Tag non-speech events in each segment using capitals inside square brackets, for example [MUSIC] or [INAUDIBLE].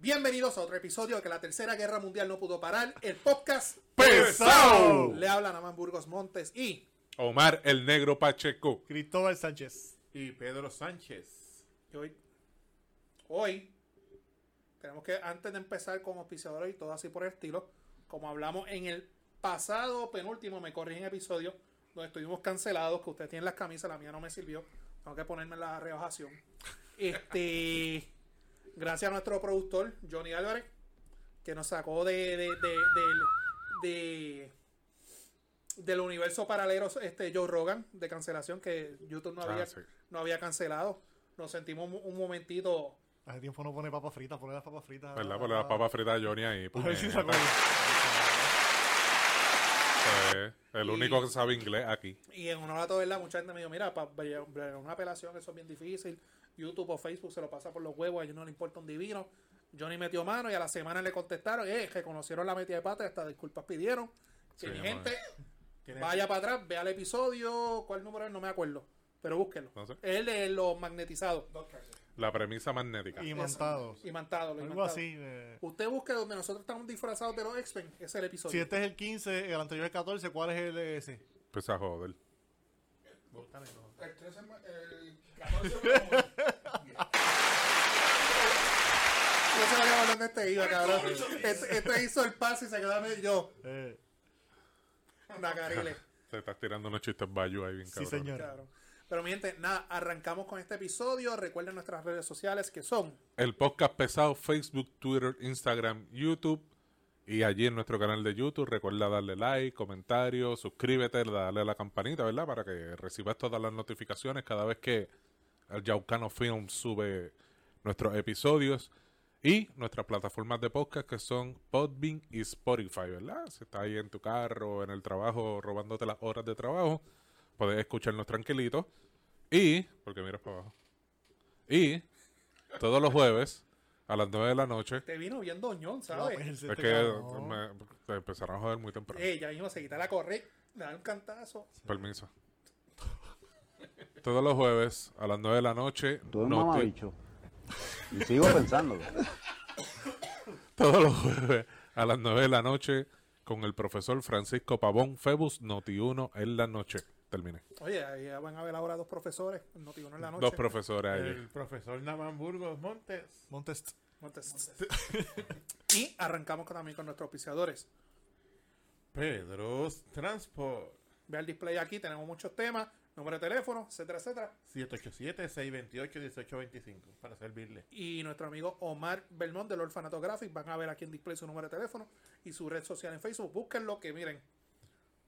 Bienvenidos a otro episodio que la Tercera Guerra Mundial no pudo parar, el podcast ¡Pesado! Le hablan a Burgos Montes y Omar el Negro Pacheco. Cristóbal Sánchez. Y Pedro Sánchez. y hoy, hoy tenemos que, antes de empezar con auspiciadores y todo así por el estilo, como hablamos en el pasado penúltimo, me corrigen episodio, donde estuvimos cancelados, que ustedes tienen las camisas, la mía no me sirvió, tengo que ponerme la rebajación. Este, [LAUGHS] gracias a nuestro productor, Johnny Álvarez, que nos sacó de, de, de, del- de- del universo paralelo este Joe Rogan de cancelación que YouTube no Ah, había, sí. no había cancelado. Nos sentimos un- un momentito Hace tiempo no pone papas fritas, pone las papas fritas. ¿Verdad? Por las papas fritas de Johnny ahí. A ver si se puñeta. Pues, acuerda. Eh, el único que sabe inglés aquí. Y en honor a todo, ¿verdad? Mucha gente me dijo, mira, para una apelación, eso es bien difícil. YouTube o Facebook se lo pasa por los huevos, a ellos no le importa un divino. Johnny metió mano y a la semana le contestaron, eh, reconocieron la metida de pata, hasta disculpas pidieron. Sí, Que mi madre. gente, Tiene- vaya para atrás, vea el episodio, cuál número es, no me acuerdo, pero búsquenlo. No sé. Él es los magnetizados La premisa magnética. Y mantados. y mantados. los Algo imantados. así. eh. Usted busque donde nosotros estamos disfrazados de los X-Men, ese es el episodio. Si este es el 15, el anterior es el 14, ¿cuál es el eh, ese? Pues a joder. El 13 ma- el 14 ma- Yo se vaya hablando de este iba, cabrón. Este, este hizo el pase y se quedó a medio yo. Eh, Nacariles. Se está tirando unos chistes bayu ahí bien sí, cabrón. señor. Claro. Pero mi gente, nada, arrancamos con este episodio. Recuerden nuestras redes sociales que son. El podcast pesado, Facebook, Twitter, Instagram, YouTube. Y allí en nuestro canal de YouTube, recuerda darle like, comentario, suscríbete, darle a la campanita, ¿verdad? Para que recibas todas las notificaciones cada vez que el Yaucano Film sube nuestros episodios. Y nuestras plataformas de podcast que son Podbean y Spotify, ¿verdad? Si estás ahí en tu carro, en el trabajo, robándote las horas de trabajo, puedes escucharnos tranquilitos. Y, porque miras para abajo. Y todos los jueves a las 9 de la noche. Te vino bien doñón, No, pues, ¿sabes? este Es que cabrón. me- te empezaron a joder muy temprano. Ella mismo se quita la corre, le da un cantazo. Permiso. Todos los jueves a las 9 de la noche. Tú eres un noti- mamabicho. Y sigo pensándolo. todos los jueves a las 9 de la noche con el profesor Francisco Pavón Febus Noti 1 en la noche. Terminé. Oye, ahí van a ver ahora dos profesores. No digo, no en la noche. Dos profesores allí. El profesor Namán Burgos Montes. Montest. Montes. y arrancamos con- también con nuestros auspiciadores. Pedro's Transport. Ve el display aquí, tenemos muchos temas, número de teléfono, etcétera, etcétera. 787-628-1825. Para servirle. Y nuestro amigo Omar Belmont del Orfanato Graphics. Van a ver aquí en display su número de teléfono y su red social en Facebook. Búsquenlo, que miren,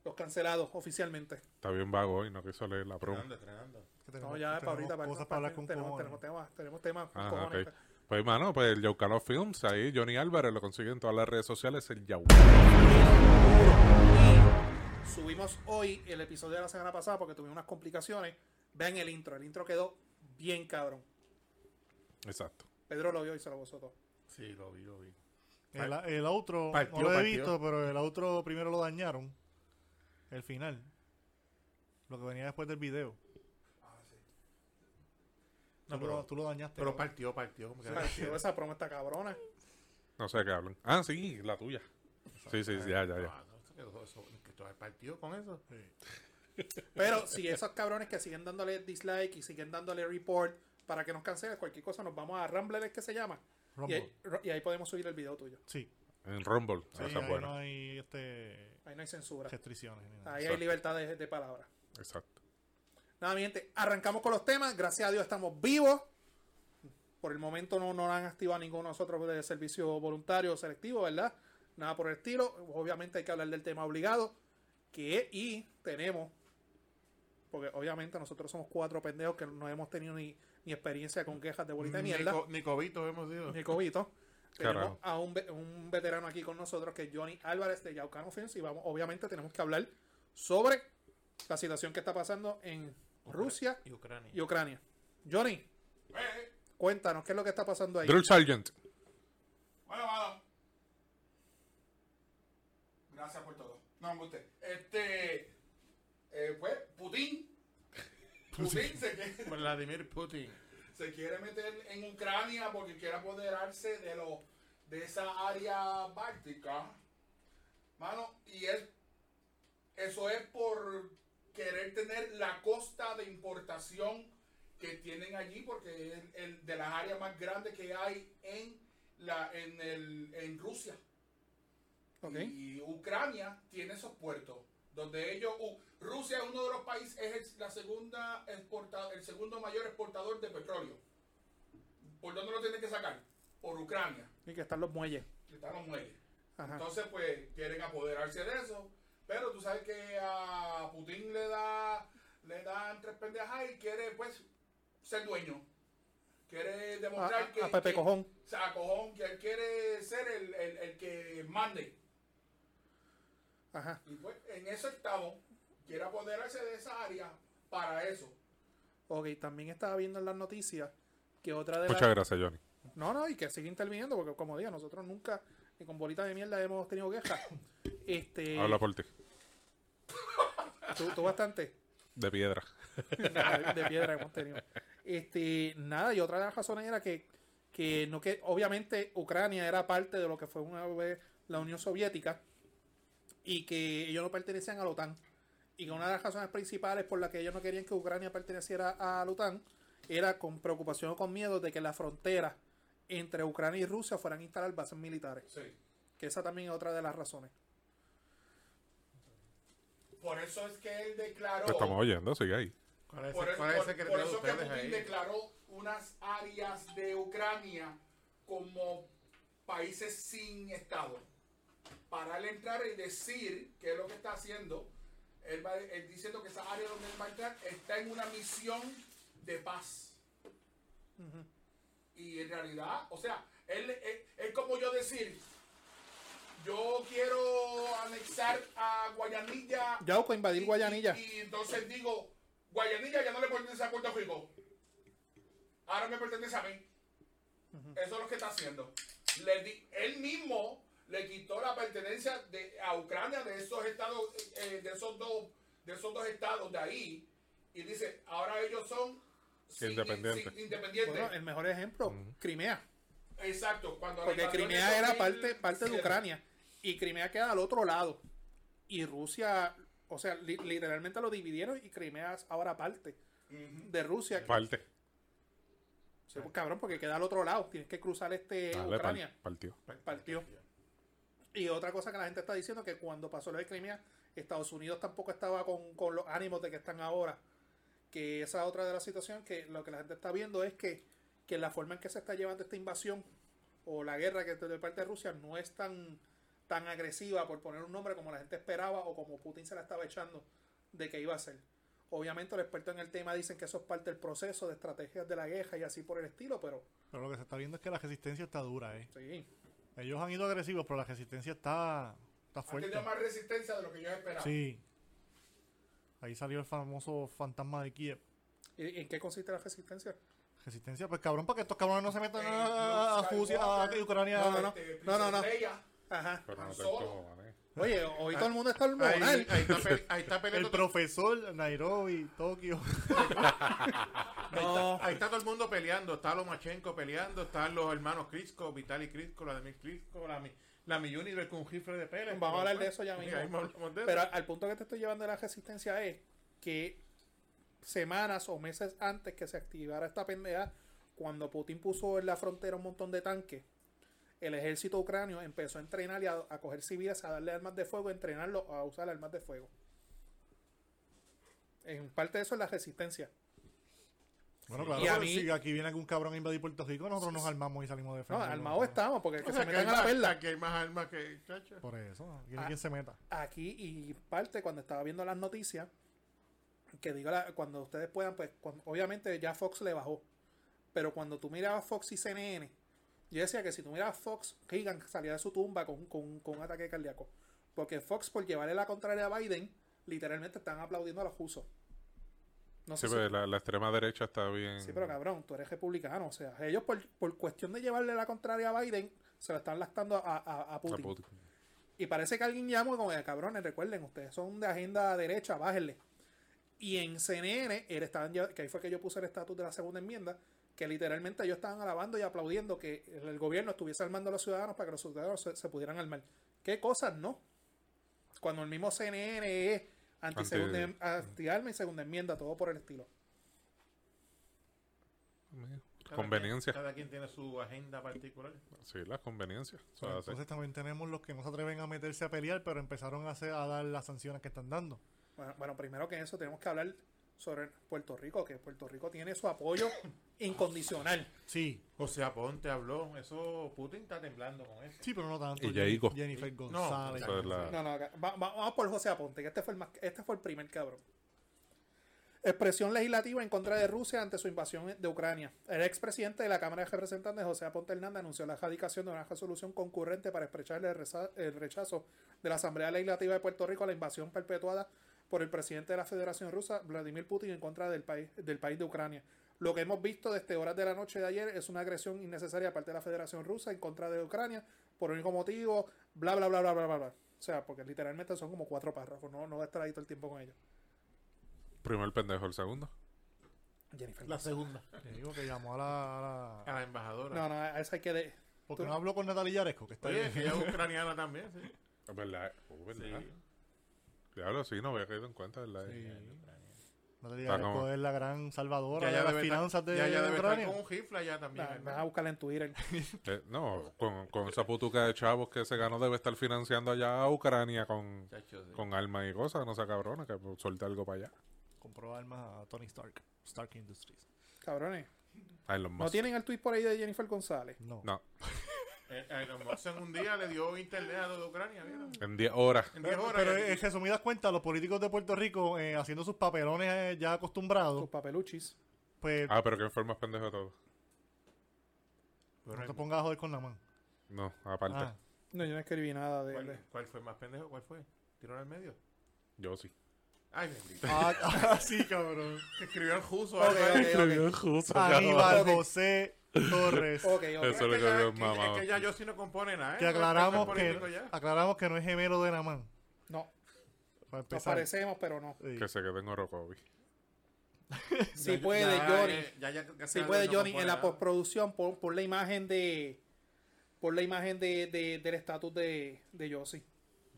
los cancelados oficialmente. Está bien vago hoy, no quiso leer la promo. Entrenando, entrenando. Que tenemos- No, ya, tenemos para ahorita, para cosas para hablar con tenemos, cojones. tenemos temas, tenemos temas con Ah, cojones. ok. Pues, mano, pues el Yaucano Films, ahí Johnny Álvarez lo consigue en todas las redes sociales, el Yaucano. Y Subimos hoy el episodio de la semana pasada porque tuvimos unas complicaciones. Vean el intro, el intro quedó bien cabrón. Exacto. Pedro lo vio y se lo gozó todo. Sí, lo vi, lo vi. El, el outro, Partió, no lo he partió. visto, pero el outro primero lo dañaron. El final. Lo que venía después del video. No, tú, lo, pero, tú lo dañaste. pero partió, partió. Como que O sea, tío, esa promo está cabrona. No sé de qué hablan. Ah, sí, la tuya. Sí, sí, sí, ya, ya, ya. Ah, no, eso quedó- eso- que todo partió con eso. Pero si esos cabrones que siguen dándole dislike y siguen dándole report para que nos cancelen cualquier cosa, nos vamos a Rambler, es que se llama. Y Rumble. ahí, ro- y ahí podemos subir el video tuyo. Sí. En Rumble. Ah, Sí, esa es ahí buena. no hay este, Ahí no hay censura. restricciones. ni nada. Ahí hay Exacto. libertad de, de palabra. Exacto. Nada, mi gente, arrancamos con los temas. Gracias a Dios estamos vivos. Por el momento no, no han activado ninguno de nosotros de servicio voluntario o selectivo, ¿verdad? Nada por el estilo. Obviamente hay que hablar del tema obligado. Que es- y tenemos. Porque obviamente nosotros somos cuatro pendejos que no hemos tenido ni, ni experiencia con quejas de bolita de mierda. Nico- Nicobito hemos ido. Ni cobito. Tenemos Carajo. a un, ve- un veterano aquí con nosotros que es Johnny Álvarez de Yaucano Films. Y vamos, obviamente tenemos que hablar sobre la situación que está pasando en Rusia Y Ucrania. y Ucrania. Johnny, cuéntanos qué es lo que está pasando ahí. Drill Sergeant. Bueno, mano. Gracias por todo. No, usted. Este. eh, pues, Putin. Putin se quiere, Vladimir Putin. se quiere meter en Ucrania porque quiere apoderarse de los. de de esa área báltica, mano, y es eso es por querer tener la costa de importación que tienen allí, porque es el, de las áreas más grandes que hay en la en el en Rusia. Ok. Y Ucrania tiene esos puertos. Donde ellos, U- Rusia es uno de los países, es el- la segunda exporta- el segundo mayor exportador de petróleo. ¿Por dónde lo tienen que sacar? Por Ucrania, Y que están los muelles. que están los muelles. Ajá. Entonces, pues, quieren apoderarse de eso. Pero tú sabes que a Putin le da le dan tres pendejas y quiere, pues, ser dueño. Quiere A, demostrar que... a- a Ah, Pepe que- Cojón. o sea, cojón, que él quiere ser el, el- el que mande. Ajá. Y pues, en ese octavo, quiere apoderarse de esa área para eso. Ok, también estaba viendo en las noticias que otra de las... Muchas gracias, Johnny. No, no, y que sigue interviniendo, porque como digo, nosotros nunca, ni con bolitas de mierda hemos tenido quejas. Este, Habla por ti. tú, tú bastante. De piedra. [LAUGHS] Nada, de, de piedra hemos tenido. Este, nada, y otra de las razones era que, que no que, obviamente, Ucrania era parte de lo que fue una vez la Unión Soviética y que ellos no pertenecían a la OTAN. Y que una de las razones principales por las que ellos no querían que Ucrania perteneciera a la OTAN era con preocupación o con miedo de que las fronteras entre Ucrania y Rusia fueran a instalar bases militares. Sí. Que esa también es otra de las razones. Por eso es que él oh. declaró... Lo estamos oyendo, sigue ahí. ¿Cuál es, Por, el- eso- cuál es el por- secreto por de eso que ustedes Putin ahí? declaró unas áreas de Ucrania como países sin Estado. Para él entrar y decir qué es lo que está haciendo, él, va, él diciendo que esa área donde él va a entrar está en una misión de paz. Y en realidad, o sea, él, él- es como yo decir, yo quiero anexar a Guayanilla Yauco invadir y- Guayanilla. Y, y entonces digo, Guayanilla ya no le pertenece a Puerto Rico. Ahora me pertenece a mí. Eso es lo que está haciendo. Le di- él mismo le quitó la pertenencia de, a Ucrania de esos estados, eh, de esos dos, de esos dos estados de ahí. Y dice, ahora ellos son sin- Independientes. sin- independientes. Bueno, el mejor ejemplo, Crimea. Exacto. Cuando Porque Alejandro Crimea en el era 2007, parte, parte de Ucrania. Y Crimea queda al otro lado. Y Rusia, o sea, li- literalmente lo dividieron y Crimea es ahora parte de Rusia. Parte. Sí, pues, cabrón, porque queda al otro lado. Tienes que cruzar este Dale, Ucrania. Ah, par- partió. partió. Y otra cosa que la gente está diciendo que cuando pasó lo de Crimea, Estados Unidos tampoco estaba con, con los ánimos de que están ahora. Que esa es otra de las situaciones que lo que la gente está viendo es que, que la forma en que se está llevando esta invasión o la guerra que está de parte de Rusia no es tan, tan agresiva, por poner un nombre, como la gente esperaba o como Putin se la estaba echando de que iba a ser. Obviamente los expertos en el tema dicen que eso es parte del proceso de estrategias de la guerra y así por el estilo, pero Pero lo que se está viendo es que la resistencia está dura, eh. sí. Ellos han ido agresivos, pero la resistencia está, está Han fuerte. tenido más resistencia de lo que yo esperaba. Sí. Ahí salió el famoso fantasma de Kiev. ¿Y- ¿En qué consiste la resistencia? Resistencia, pues cabrón, para que estos cabrones no se metan Eh, a, a- a Luke Rusia, a Skywalker. Ucrania. No, no, no. Este, No, no, no. Princesa Leia, Ajá. Pero no te Solo. encojones. Oye, hoy todo el mundo está hormonal. Ahí, ahí está, pe- ahí está El peleando. profesor, Nairobi, [LAUGHS] Tokio. no, Ahí está todo el mundo peleando. Está Lomachenko peleando. Están los hermanos Klitschko, Vitali Klitschko, Vladimir Klitschko, la, mi, la mi Universe con un rifle de pele. Vamos a hablar de eso ya Mira, mismo. ahí hablamos de eso. pero al- al punto que te estoy llevando de la resistencia es que semanas o meses antes que se activara esta pendeja, cuando Putin puso en la frontera un montón de tanques, el ejército ucranio empezó a entrenar y a, a coger civiles, a darle armas de fuego, a entrenarlos a usar armas de fuego. En parte de eso es la resistencia. Bueno, claro, Y a pero mí- si aquí viene algún cabrón a invadir Puerto Rico, nosotros nos armamos y salimos de No, frente. armados estamos, porque es que O sea, se que metan hay a la más- perla. Aquí hay más armas que. chacho. Por eso, ¿no? Aquí Ah. quien se meta. aquí y parte cuando estaba viendo las noticias que digo la- cuando ustedes puedan pues cuan- obviamente ya Fox le bajó pero cuando tú mirabas Fox y CNN yo decía que si tú mirabas Fox Reagan salía de su tumba con, con- con un ataque cardíaco porque Fox por llevarle la contraria a Biden literalmente están aplaudiendo a los rusos no sé Sí, si- pero la, la extrema derecha está bien. Sí, pero cabrón, tú eres republicano. O sea, ellos por, por cuestión de llevarle la contraria a Biden, se lo están lactando a, a- a está Putin. Putin. Y parece que alguien llamó como, "Eh, cabrones, recuerden, ustedes son de agenda derecha, bájenle. Y en CNN, él estaban ya- que ahí fue que yo puse el estatus de la segunda enmienda, que literalmente ellos estaban alabando y aplaudiendo que el el gobierno estuviese armando a los ciudadanos para que los ciudadanos se, se pudieran armar. ¿Qué cosas no? Cuando el mismo CNN es anti, Anti- arma y segunda enmienda, todo por el estilo. Cada Conveniencia. quien- Cada quien tiene su agenda particular. Sí, las conveniencias. O sea, sí. Entonces también tenemos los que no se atreven a meterse a pelear, pero empezaron a, hacer, a dar las sanciones que están dando. Bueno, bueno, primero que eso tenemos que hablar sobre Puerto Rico, que Puerto Rico tiene su apoyo incondicional. Sí, José Aponte habló. Eso Putin está temblando con eso. sí, pero no tanto. Y Yaigo. Jennifer No, González. eso es la- No, no, acá- va- va- vamos por José Aponte, que este fue, el más- este fue el primer cabrón. Expresión legislativa en contra de Rusia ante su invasión de Ucrania. El expresidente de la Cámara de Representantes, José Aponte Hernández, anunció la erradicación de una resolución concurrente para expresarle el, reza- el rechazo de la Asamblea Legislativa de Puerto Rico a la invasión perpetuada por el presidente de la Federación Rusa, Vladimir Putin, en contra del país, del país de Ucrania. Lo que hemos visto desde horas de la noche de ayer es una agresión innecesaria de parte de la Federación Rusa en contra de Ucrania por el único motivo, bla, bla, bla, bla, bla, bla, bla. O sea, porque literalmente son como cuatro párrafos, no, no voy a estar ahí todo el tiempo con ellos. Primer pendejo, el segundo. Jennifer. La segunda. Ah, Yaigo que llamó a la... a A la- la embajadora. No, no, a esa hay que... De... Porque Tú- no habló con Natalia Yaresco, que está Oye, ahí. [LAUGHS] que ella es ucraniana también. [LAUGHS] Sí. Es verdad. eh. Oh, ¿verdad? Sí. Diablo, sí, no había caído en cuenta, ¿verdad? Sí. Eh. Natalia Está Yaresco como- es la gran salvadora de Que ella las debe finanzas de estar- ella debe estar Ucrania. con un gifla allá también. Nah, vas a hermano. buscarla en Twitter. [LAUGHS] Eh, no, con, con esa putuca de chavos que se ganó debe estar financiando allá a Ucrania con, Chacho, sí. con armas y cosas, no sea cabrona, que pues, suelte algo para allá. Compró armas a Tony Stark, Stark Industries. Cabrones. A Elon ¿No Musk. tienen el tweet por ahí de Jennifer González? No. No, Eh, Elon Musk en un día le dio internet a todo Ucrania. ¿vieron? Mm. en 10 horas. En 10 Pero, horas. pero ya- en resumidas cuentas, los políticos de Puerto Rico eh, haciendo sus papelones eh, ya acostumbrados, Tus papeluchis. pues Ah, pero qué formas pendejo todo. no te pongas a joder con la mano. No, aparte. Ah, No, yo no escribí nada de... de- [LAUGHS] ¿Cuál, cuál fue más pendejo? ¿Cuál fue? ¿Tiró en el medio? Yo sí. Ay, bendito. Ah, [LAUGHS] ah, sí, cabrón. Escribió el juso. Ok, algo ahí. ok, ok. [LAUGHS] Aníbal Ok. José Torres. Ok, ok. Eso es lo que Es que ya- yo es mamaba. que ya yo sí no compone nada. ¿eh? Que No, aclaramos no es político que, ya. aclaramos que no es gemelo de Namán. No, Para nos Pues empezar. parecemos, pero [LAUGHS] no. Sí. Que se quede en Orocovi. Si Ya- puede, ya- Johnny. ya- ya- ya- ya- Si ya puede, eh, no Johnny, compone en la nada. postproducción, por, la imagen de. Por la imagen de, de- del estatus de, de Yossi.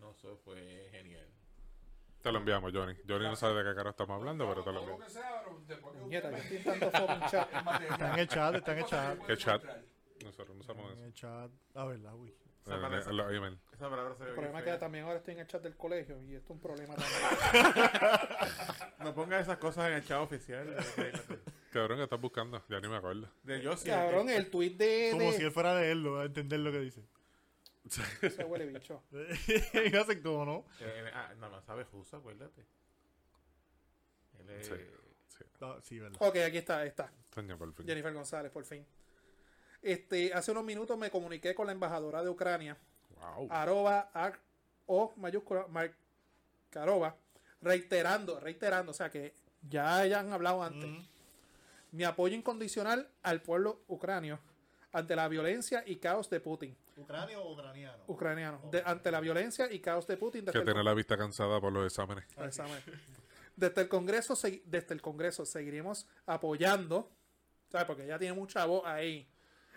No, eso fue genial. Te lo enviamos, Johnny. Johnny no sabe de qué caro estamos hablando, pero te lo Todo lo enviamos. que sea, pero después que Nieta, yo usted- estoy en tanto fucking [LAUGHS] chat. [LAUGHS] el material. Está en el chat, está en el chat. ¿Qué chat? Encontrar. Nosotros no usamos En eso. el chat. La verdad, uy. Esa Eh, palabra- los email. Esa palabra se ve El problema es bien que fea. también ahora estoy en el chat del colegio y esto es un problema también. No pongas esas cosas en el chat oficial. de- Cabrón, que estás buscando? Ya ni me acuerdo. De yo sí. Cabrón, el tweet de. Como si de él fuera a leerlo, a entender lo que dice. [LAUGHS] [LAUGHS] se huele bicho. y hacen como no. Eh, ah, nada más sabe justo, acuérdate. Él es- Sí. Sí, No, Sí, verdad. Ok, aquí está, está. Coño, por fin. Jennifer González, por fin. Este, hace unos minutos me comuniqué con la embajadora de Ucrania Wow. Ah, arroba ar- o mayúscula marcarova reiterando, reiterando, o sea que ya hayan hablado antes. Mm. Mi apoyo incondicional al pueblo ucranio ante la violencia y caos de Putin. ¿Ucranio o ucraniano? Ucraniano, de- ante la violencia y caos de Putin desde Que el tiene la vista cansada por los exámenes. Exactamente. Desde el Congreso, segui- desde el Congreso seguiremos apoyando, ¿sabes? Porque ya tiene mucha voz ahí,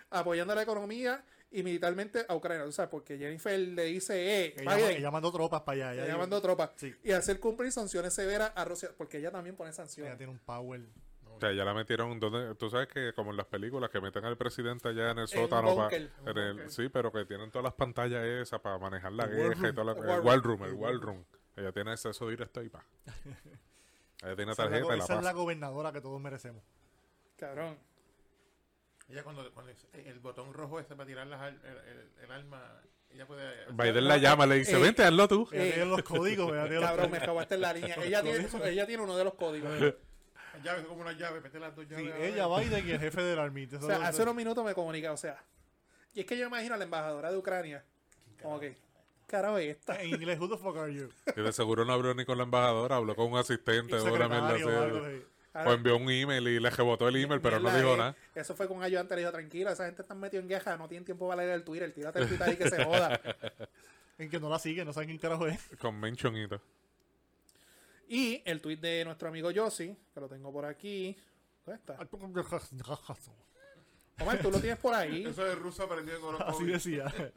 apoyando la economía y militarmente a Ucrania, ¿tú ¿sabes? Porque Jennifer le dice, eh, Ella, Biden, ella mandó tropas para allá. Ella, ella dijo- mandó tropas, Sí. y hacer cumplir sanciones severas a Rusia, porque ella también pone ella sanciones. tiene un power. O sea, ya la metieron donde, tú sabes que como en las películas que meten al presidente allá en el En un sótano pa- búnker. en el- sí, pero que tienen todas las pantallas esas para manejar la El war guerra y toda la room. el El war room, el war room. Ella tiene acceso directo y pa. Ella tiene Esa es la, tarjeta go- y la esa es la pasa. gobernadora que todos merecemos. Cabrón. Ella cuando, cuando es- el botón rojo ese para tirar las, al- el, el- el alma, ella puede... Biden la llama, le dice, Eh. "Vente, hazlo tú." Ella Eh. tiene los códigos. ella tiene los Cabrón, códigos. me cagaste en la [LAUGHS] línea. Ella tiene, ella tiene uno de los códigos. Las llaves son como una llave, mete las dos Sí, llaves. a la ella, vez. Biden y el jefe del Army. O Eso es lo- sea, hace unos minutos me comunica, o sea. Y es que yo imagino a la embajadora de Ucrania. Como que, carajo, es esta. [LAUGHS] En inglés, who the fuck are you? Y de seguro no habló ni con la embajadora, habló con un asistente Un o una mierda secretario o algo así. así. O envió un email y le rebotó el email, pero no Mierda, dijo eh. nada. Eso fue con un ayudante, le dijo, tranquilo, esa gente está metido en guerra, no tienen tiempo para leer el Twitter, tírate el Twitter ahí que se [LAUGHS] joda. En que no la sigue, no saben quién carajo es. Con mention y todo. Y el tweet de nuestro amigo Yossi, que lo tengo por aquí. ¿Dónde está? Omar, tú lo tienes por ahí. Eso es ruso aprendido con [LAUGHS] los Así COVID. decía.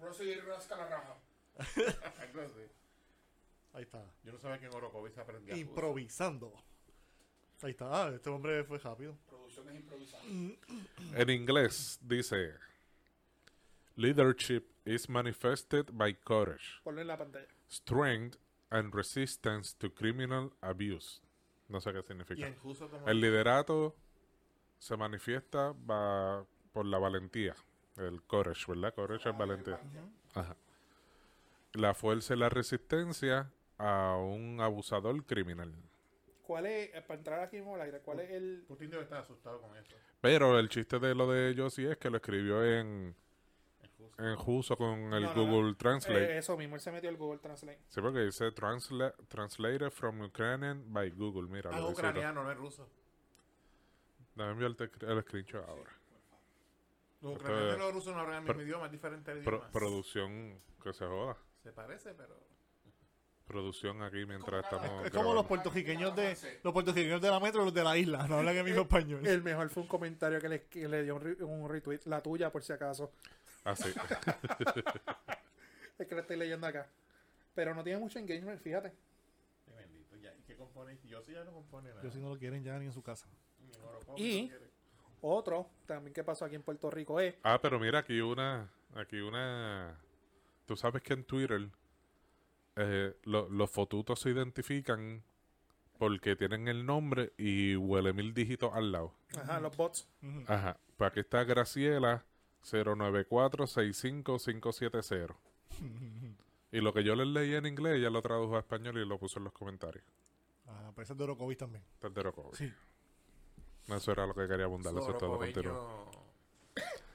Rosy rasca la raja. Algo así. [LAUGHS] Ahí está. Yo no sabía que en Orocovis se aprendía. ruso. Improvisando. Ahí está. Este hombre fue rápido. Ah, Producciones improvisadas. En inglés dice: Leadership is manifested by courage, Ponlo en la pantalla. strength, and resistance to criminal abuse. No sé qué significa. Y en ruso como... El liderato se manifiesta va- por la valentía. El courage, ¿verdad? Courage es valentía. Ajá. La fuerza y la resistencia a un abusador criminal. ¿Cuál es, eh, para entrar aquí mismo al aire, cuál es el. Putin debe estar asustado con esto. Pero el chiste de lo de Josie es que lo escribió en, En ruso. en ruso con el No, no, no. Google Translate. eh, eso mismo, él se metió el Google Translate. Sí, porque dice transla- Translated from Ukrainian by Google. Mira, Ah, lo es dice. todo. ucraniano, no es ruso. Dame enviar el, tec- el screenshot ahora. Los Esto ucranianos Este es- y los rusos no hablan el mismo idioma, es diferente el Pro- idioma. producción que se joda. Se parece, pero... Producción aquí mientras Como estamos. Es como los grabando. puertorriqueños de los puertorriqueños de la metro y los de la isla. No hablan el mismo español. El mejor fue un comentario que le, que le dio un, re- un retweet, la tuya por si acaso. Ah, sí. Es que la estoy leyendo acá. Pero no tiene mucho engagement, fíjate. Ay, bendito, ya. ¿Y qué compone? Yo sí ya no compone nada. Yo si no lo quieren ya ni en su casa. Ni en Orocovis Y- Oh, no quiere. Otro, también que pasó aquí en Puerto Rico, es Ah, pero mira, aquí una. Aquí una. Tú sabes que en Twitter eh, lo- los fotutos se identifican porque tienen el nombre y huele mil dígitos al lado. ajá, los bots. Ajá. Pues aquí está Graciela 094-65570. Y lo que yo les leí en inglés, ella lo tradujo a español y lo puso en los comentarios. Ah, pero ese es de Orocovis también. Tal de Rocovi. Sí. No, Eso era lo que quería abundar. Eso es todo. Orocovis, Continúa. yo-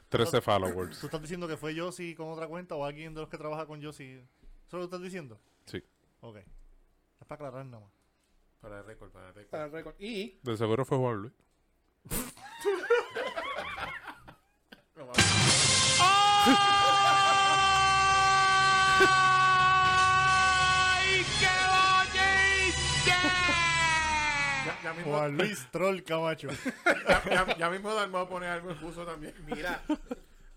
13 followers. ¿Tú estás diciendo que fue Yossi con otra cuenta o alguien de los que trabaja con Yossi? ¿Eso lo estás diciendo? Sí. Ok. Es para aclarar nada más. Para el récord, para el récord. Para el récord. Y De seguro fue Juan Luis. No, vamos. Ya, ya mismo, Juan Luis Troll Camacho. ya, ya- ya mismo Dalmau va a poner algo en ruso también. mira,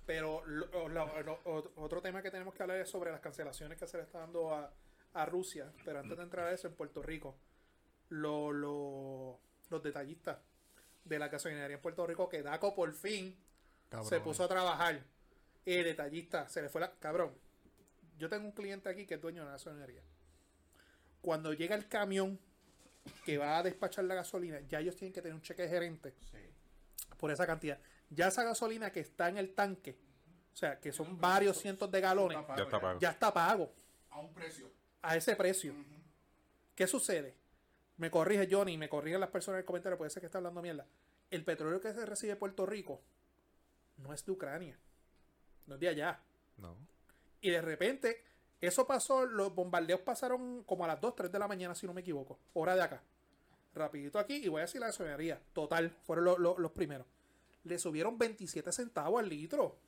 pero lo- lo- lo- o- otro tema que tenemos que hablar es sobre las cancelaciones que se le está dando a, a Rusia. Pero antes de entrar a eso, en Puerto Rico, lo- lo- los detallistas de la gasolinería en Puerto Rico, que Daco por fin Cabrón. se puso a trabajar. El detallista se le fue la. Cabrón. Yo tengo un cliente aquí que es dueño de una gasolinería. Cuando llega el camión que va a despachar la gasolina, ya ellos tienen que tener un cheque de gerente por esa cantidad. Ya esa gasolina que está en el tanque, o sea, que son varios cientos de galones, Ya está pago. ya está pago A un precio. a ese precio. ¿Qué sucede? Me corrige Johnny, me corrigen las personas en el comentario, puede ser que está hablando mierda. El petróleo que se recibe de Puerto Rico no es de Ucrania, no es de allá. No. Y de repente, eso pasó, los bombardeos pasaron como a las 2, 3 de la mañana, si no me equivoco, hora de acá. Rapidito aquí, y voy a decir la sonería. Total, fueron lo- lo- los primeros. Le subieron 27 centavos al litro.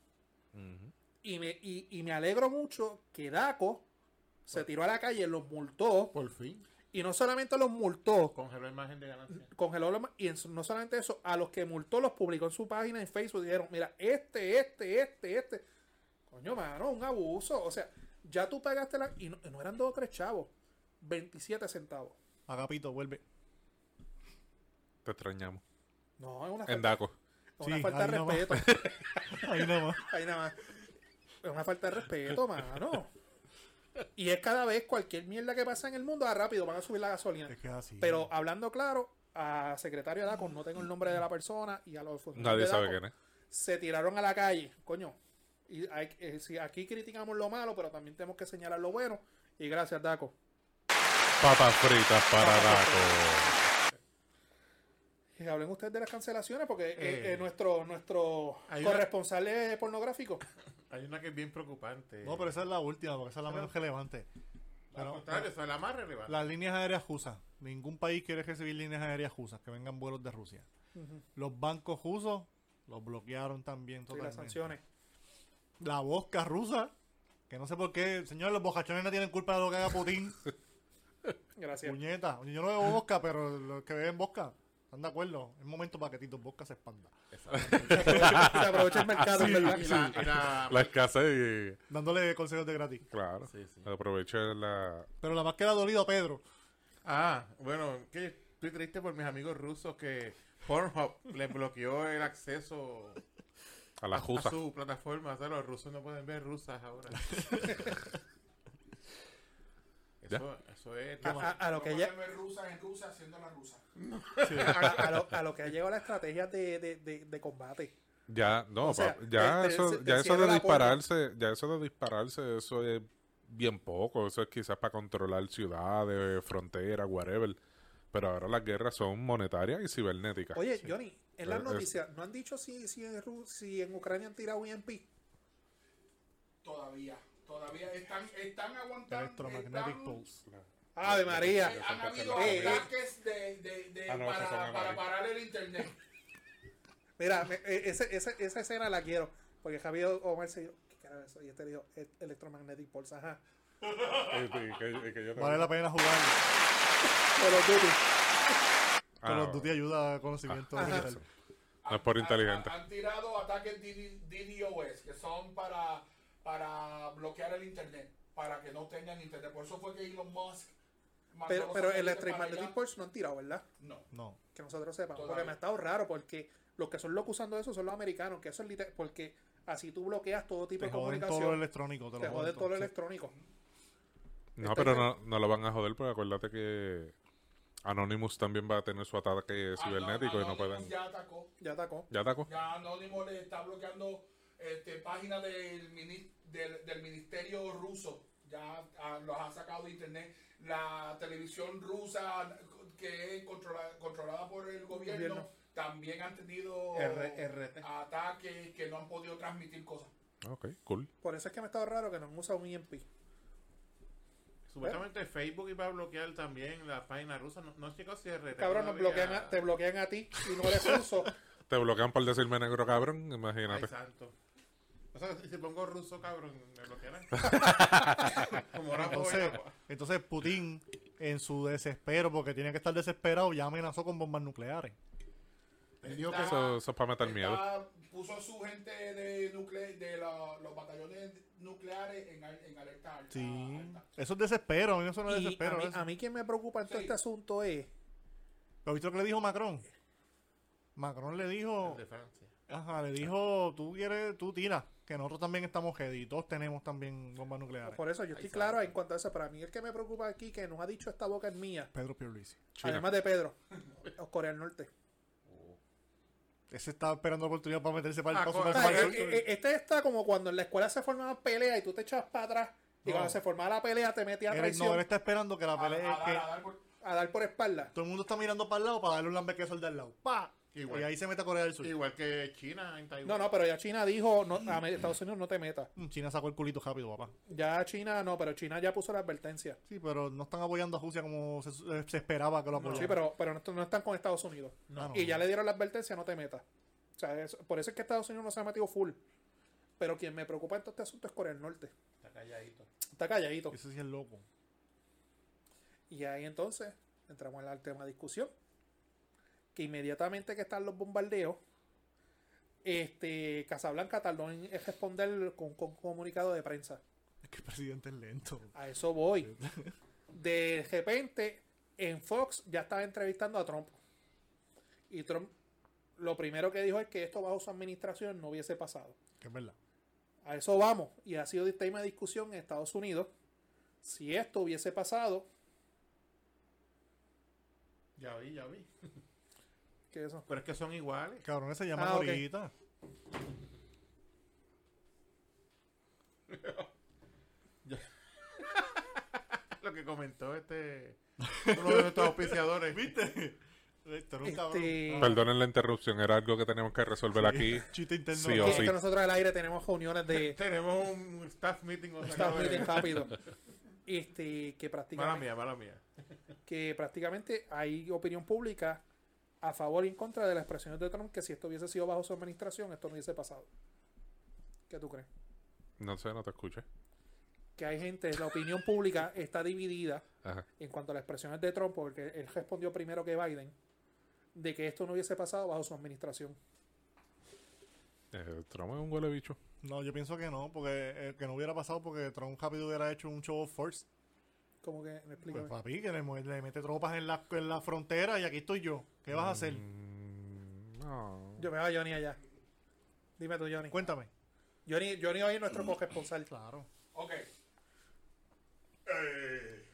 y, me, y, y me alegro mucho que Daco se tiró a la calle, los multó. Por fin. Y no solamente los multó, Congeló imagen de ganancia. congeló los ma- y en su- no solamente eso, a los que multó los publicó en su página en Facebook dijeron, mira, este, este, este, este. Coño, mano, un abuso. O sea, ya tú pagaste la... Y no, no eran dos o tres chavos, 27 centavos. Agapito, vuelve. [LAUGHS] Te extrañamos. No, es una En falta, Daco. es una Sí, falta ahí de nomás. respeto. Ahí nada más. Ahí nada más. Es una falta de respeto, mano. Y es cada vez cualquier mierda que pasa en el mundo, ah, rápido, van a subir la gasolina. Es que es así. Pero hablando claro, a secretario de DACO, no tengo el nombre de la persona y a los funcionarios Nadie de sabe DACO, quién es. se tiraron a la calle, coño. Y hay- eh, si aquí criticamos lo malo, pero también tenemos que señalar lo bueno. Y gracias, Daco. Papas fritas para Daco. Y Eh, hablen ustedes de las cancelaciones, porque eh, Eh. eh, nuestro, nuestro Hay una- corresponsal es pornográfico. Hay una que es bien preocupante. No, pero esa es la última, porque esa es la menos relevante. Al Pero, contrario, esa es la más relevante. Las líneas aéreas rusas. Ningún país quiere recibir líneas aéreas rusas, que vengan vuelos de Rusia. Los bancos rusos los bloquearon también Y las totalmente. sanciones. La [LAUGHS] bosca rusa, que no sé por qué. Señores, los bocachones no tienen culpa de lo que haga Putin. Gracias. Puñeta. Yo no veo Bosca, pero los que beben Bosca están de acuerdo. Es momento para que Tito Bosca se expanda. [LAUGHS] Se aprovecha el mercado, en ¿verdad? Y la, y la- La escasez y... Dándole consejos de gratis. Claro. Sí, sí. Aproveché la... Pero la más que le ha dolido a Pedro. Ah, bueno, que estoy triste por mis amigos rusos que Pornhub les bloqueó el acceso A la a justa. su plataforma. O sea, los rusos no pueden ver rusas [LAUGHS] ahora. eso, eso es... A, a- a lo que ya, pueden ver rusa en rusa haciendo la rusa. a, a lo, a lo que ha llegado la estrategia de, de, de, de combate. Ya, no, O sea, pa- ya te- te- eso, se- te ya eso cierra de la puerta. dispararse, ya eso de dispararse, eso es bien poco. Eso es quizás para controlar ciudades, fronteras, whatever. Pero ahora las guerras son monetarias y cibernéticas. Oye, Johnny, en las Es- noticias, ¿no han dicho si, si, en, Ru- si en Ucrania han tirado E EMP? Todavía. Todavía están, están aguantando. Electromagnetic están- pulse. Ave María. eh, han habido Eh, ataques de, de, de- Ah, no, esas para, son para amarillas. parar el internet. Mira, me- eh, ese- ese- esa escena la quiero. Porque Javier Omar se dijo, ¿qué carajo es eso? Y este le dijo, "E- Electromagnetic Pulse, ajá. Es que- es que- es que yo- Vale la pena jugar. Call of Duty. Ah, Call of Duty ayuda a conocimiento Ah, digital. eso. [LAUGHS] No es por Han- inteligente. Han, han tirado ataques DD DDoS, que son para, para bloquear el internet, para que no tengan internet. Por eso fue que Elon Musk mandó Pero, los pero satélites para Electromagnetic allá. Pulse no han tirado, ¿verdad? No. No. Que nosotros sepamos. Porque Todavía. me ha estado raro, porque los que son locos usando eso son los americanos, que eso es literal. Porque así tú bloqueas todo tipo Te de joden todo lo comunicación. electrónico. Te Te, lo jode joden todo lo sí. electrónico. Este No, pero no, no lo van a joder, porque acuérdate que Anonymous también va a tener su ataque cibernético y no Anonymous pueden. Ya atacó. Ya atacó. ¿Ya atacó? Ya Anónimo le está bloqueando este, páginas del, mini- del, del ministerio ruso. Ya ah, los ha sacado de internet. La televisión rusa, que es controla- controlada por el gobierno, Gobierno. también han tenido RRT. ataques que no han podido transmitir cosas. Ah, Ok, cool. Por eso es que me ha estado raro que no han usado un E EMP. Supuestamente Facebook iba a bloquear también la página rusa. No, no llegó si RT. Cabrón, nos todavía. bloquean a- te bloquean a ti y no eres ruso. Te bloquean por decirme negro, cabrón. Ay, Imagínate. santo. O sea, si pongo ruso, cabrón, me [LAUGHS] bloquearán. Como ahora Entonces, voy a- entonces Putin, en su desespero, porque tiene que estar desesperado, ya amenazó con bombas nucleares. Él dijo que Eso, eso es para matar miedo. Puso a su gente de, nucle de la- los batallones nucleares en, al- en alerta alta. Sí. alta. Eso es desespero, a mí eso [LAUGHS] no es Y a, desespero. mí, eso. a mí quien me preocupa en todo Sí. este asunto es... ¿Pero viste lo que le dijo Macron? Macron le dijo, de Francia. ajá, le dijo, tú quieres, tú tiras, que nosotros también estamos heavy, todos tenemos también bombas nucleares. Por eso yo estoy claro en cuanto a eso. Para mí el que me preocupa aquí, que nos ha dicho esta boca es mía, Pedro Pierluisi. China. además de Pedro, o Corea del Norte. Ese está esperando la oportunidad para meterse para el Ah, paso con- O para el sea, Corea eh, del eh, Norte. eh, este está como cuando en la escuela se formaba pelea y tú te echabas para atrás. Y No. cuando se formaba la pelea te metías a Él- no, él traición está esperando que la A- a pelea, dar- que a dar por- a dar por espalda. todo el mundo está mirando para el lado para darle un lambequeso al de al lado. ¡Pa! Igual. Y ahí se mete a Corea del Sur. Igual que China en Taiwán. No, no, pero ya China dijo, no, a me- Estados Unidos no te metas. Mm, China sacó el culito rápido, papá. Ya China no, pero China ya puso la advertencia. Sí, pero no están apoyando a Rusia como se, eh, se esperaba que lo apoyaran. Sí, pero, pero no, no están con Estados Unidos. No, no. y ya le dieron la advertencia, no te metas. O sea, es- por eso es que Estados Unidos no se ha metido full. Pero quien me preocupa en todo este asunto es Corea del Norte. Está calladito. Está calladito. Ese sí es loco. Y ahí entonces entramos en la tema de discusión. Que inmediatamente que están los bombardeos, este Casablanca tardó en en responder con, con comunicado de prensa. Es que el presidente es lento. A eso voy. De repente, en Fox ya estaba entrevistando a Trump. Y Trump lo primero que dijo es que esto bajo su administración no hubiese pasado. Que es verdad. A eso vamos. Y ha sido tema de discusión en Estados Unidos. Si esto hubiese pasado, Ya vi, ya vi. que eso. Pero es que son iguales. [LAUGHS] Cabrón, se llama Ah, ok. ahorita. Lo que comentó este. [LAUGHS] Uno de nuestros auspiciadores. ¿Viste? Este era un cabrón. Este- Ah, Perdonen la interrupción, era algo que teníamos que resolver aquí. Chiste interno. Sí, o Que sí. es que nosotros al aire tenemos reuniones [LAUGHS] de Tenemos un staff meeting. o sea, staff que- meeting rápido. Este, que Mala prácticamente, mía, mala mía. que prácticamente hay opinión pública a favor y en contra de las expresiones de Trump que si esto hubiese sido bajo su administración, esto no hubiese pasado. ¿Qué tú crees? No sé, no te escuché. que hay gente, la opinión pública está dividida Ajá. en cuanto a las expresiones de Trump, porque él respondió primero que Biden, de que esto no hubiese pasado bajo su administración. Eh, Trump es un huele bicho. No, yo pienso que no, porque eh, que no hubiera pasado porque Trump rápido hubiera hecho un show of force. Como que me explico. Pues papi, que le, mu- le mete tropas en la, en la frontera y aquí estoy yo. ¿Qué vas a hacer? Mm, no. Yo me voy a Johnny allá. Dime tú, Johnny. Cuéntame. Johnny, Johnny hoy es nuestro corresponsal. Mm. Claro. Ok. Eh,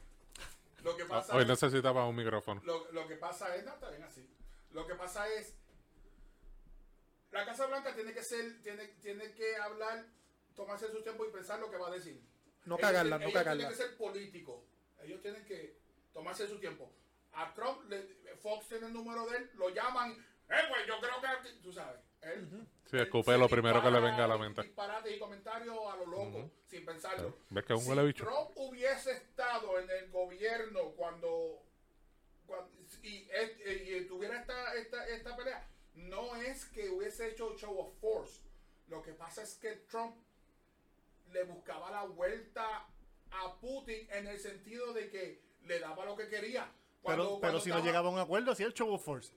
lo que Ah, pasa Hoy es- necesitaba un micrófono. Lo, lo que pasa es, no, está bien así. Lo que pasa es, la Casa Blanca tiene que ser, tiene, tiene que hablar, tomarse su tiempo y pensar lo que va a decir. No Ellos cagarla, tienen- no ellos cagarla. Tienen que ser políticos. Ellos tienen que tomarse su tiempo. A Trump, le- Fox tiene el número de él, lo llaman. Eh, pues yo creo que, tú sabes. Él, Sí, él escupe se lo primero que le dispara venga a la y mente. Disparates y comentarios a lo loco, sin pensarlo. Claro. ¿Ves que es un si huele bicho? Trump hubiese estado en el gobierno cuando, cuando- y, eh, y- y tuviera esta, esta, esta pelea, no es que hubiese hecho show of force. Lo que pasa es que Trump le buscaba la vuelta a Putin en el sentido de que le daba lo que quería. Pero, Cuando- pero cuando si no estaba- llegaba a un acuerdo, hacía el show of force.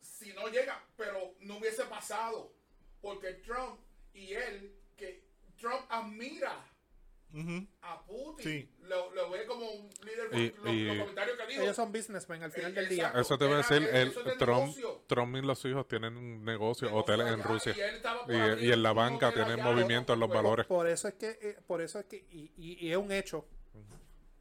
si no llega, pero no hubiese pasado. Porque Trump y él, que Trump admira Ujú. a Putin, Sí. lo, lo ve como un líder Y- por los y- los comentarios que dijo. Ellos son businessmen al final del día. Exacto. Eso te voy a decir, Era- el, eso es de Trump, negocio. Trump y los hijos tienen negocios, Negocio hoteles en allá, Rusia. y él estaba por Y, abrir y en la un banca hotel tienen allá, movimiento en los bueno, valores. Por eso es que, eh, por eso es que, y, y- y es un hecho,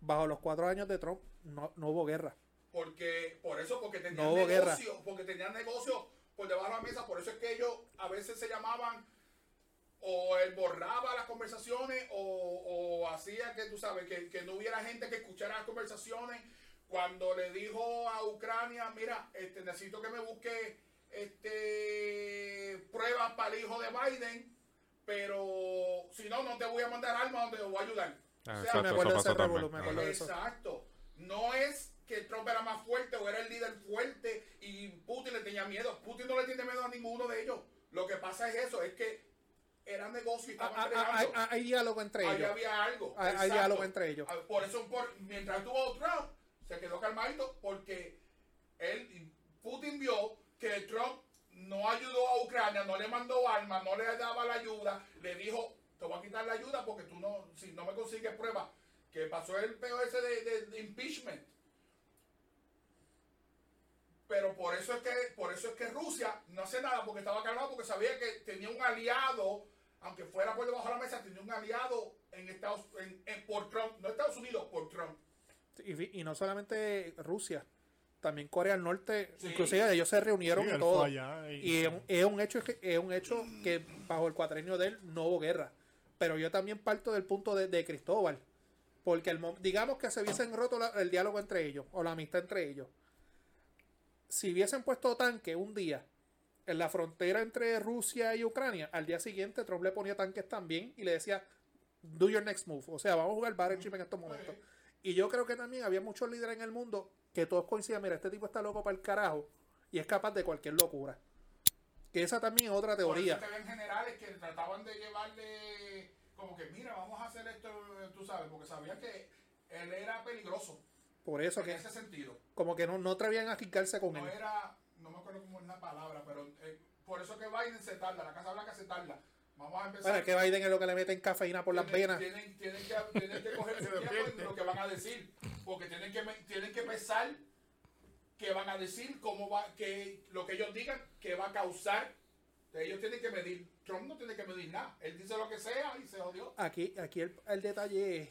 bajo los cuatro años de Trump no, no hubo guerra. Porque, por eso, porque tenían No hubo guerra. negocios, porque tenían negocios por debajo de la mesa, por eso es que ellos a veces se llamaban o él borraba las conversaciones o, o hacía que tú sabes que, que no hubiera gente que escuchara las conversaciones cuando le dijo a Ucrania mira este necesito que me busque este pruebas para el hijo de Biden pero si no no te voy a mandar armas donde te voy a ayudar Ah, O sea, Sí, me exacto, acuerdo eso de pasó ese revolú, también. me acuerdo. de eso. Exacto. No es que Trump era más fuerte o era el líder fuerte y Putin le tenía miedo. Putin no le tiene miedo a ninguno de ellos. Lo que pasa es eso, es que era negocio y Ah, estaban ah, ah, Hay, bregando. ah, hay diálogo entre Ahí ellos. había algo. Hay- hay Exacto. diálogo entre ellos. Ah, Por eso, por, mientras tuvo Trump, se quedó calmadito porque él, Putin vio que Trump no ayudó a Ucrania, no le mandó armas, no le daba la ayuda, le dijo, te voy a quitar la ayuda porque tú no, si no me consigues pruebas, que pasó el peo ese de, de- de impeachment. Pero por eso es que, por eso es que Rusia no hace nada porque estaba calmado, porque sabía que tenía un aliado, aunque fuera por debajo de la mesa, tenía un aliado en Estados en, en- por Trump, no Estados Unidos, por Trump. Y, fi- y no solamente Rusia, también Corea del Norte, Sí. inclusive ellos se reunieron Sí, y él todo. fue allá y- Y es un, es un hecho que- es un hecho que bajo el cuatrenio de él no hubo guerra. Pero yo también parto del punto de, de Cristóbal. Porque el, mo- digamos que se hubiesen roto la- el diálogo entre ellos o la amistad entre ellos. Si hubiesen puesto tanque un día en la frontera entre Rusia y Ucrania, al día siguiente Trump le ponía tanques también y le decía, do your next move. O sea, vamos a jugar bar chip en estos momentos. Y yo creo que también había muchos líderes en el mundo que todos coinciden, mira, este tipo está loco para el carajo y es capaz de cualquier locura. Que esa también es otra Por eso teoría. es que habían generales que trataban de llevarle como que mira, vamos a hacer esto, tú sabes, porque sabían que él era peligroso Por eso en que ese sentido. como que no, no atrevían a arriesgarse con él. No era, no me acuerdo cómo es la palabra, pero eh, por eso que Biden se tarda, la Casa Blanca se tarda. Vamos a empezar. Bueno, es que Biden es lo que le meten cafeína por las venas. tienen, Tienen, tienen que, tienen que [LAUGHS] coger su tiempo en lo que van a decir, porque tienen que, me- tienen que pensar que van a decir, cómo va, que lo que ellos digan, que va a causar. Ellos tienen que medir. Trump no tiene que medir nada. Él dice lo que sea y se jodió. Aquí, aquí el, el detalle es,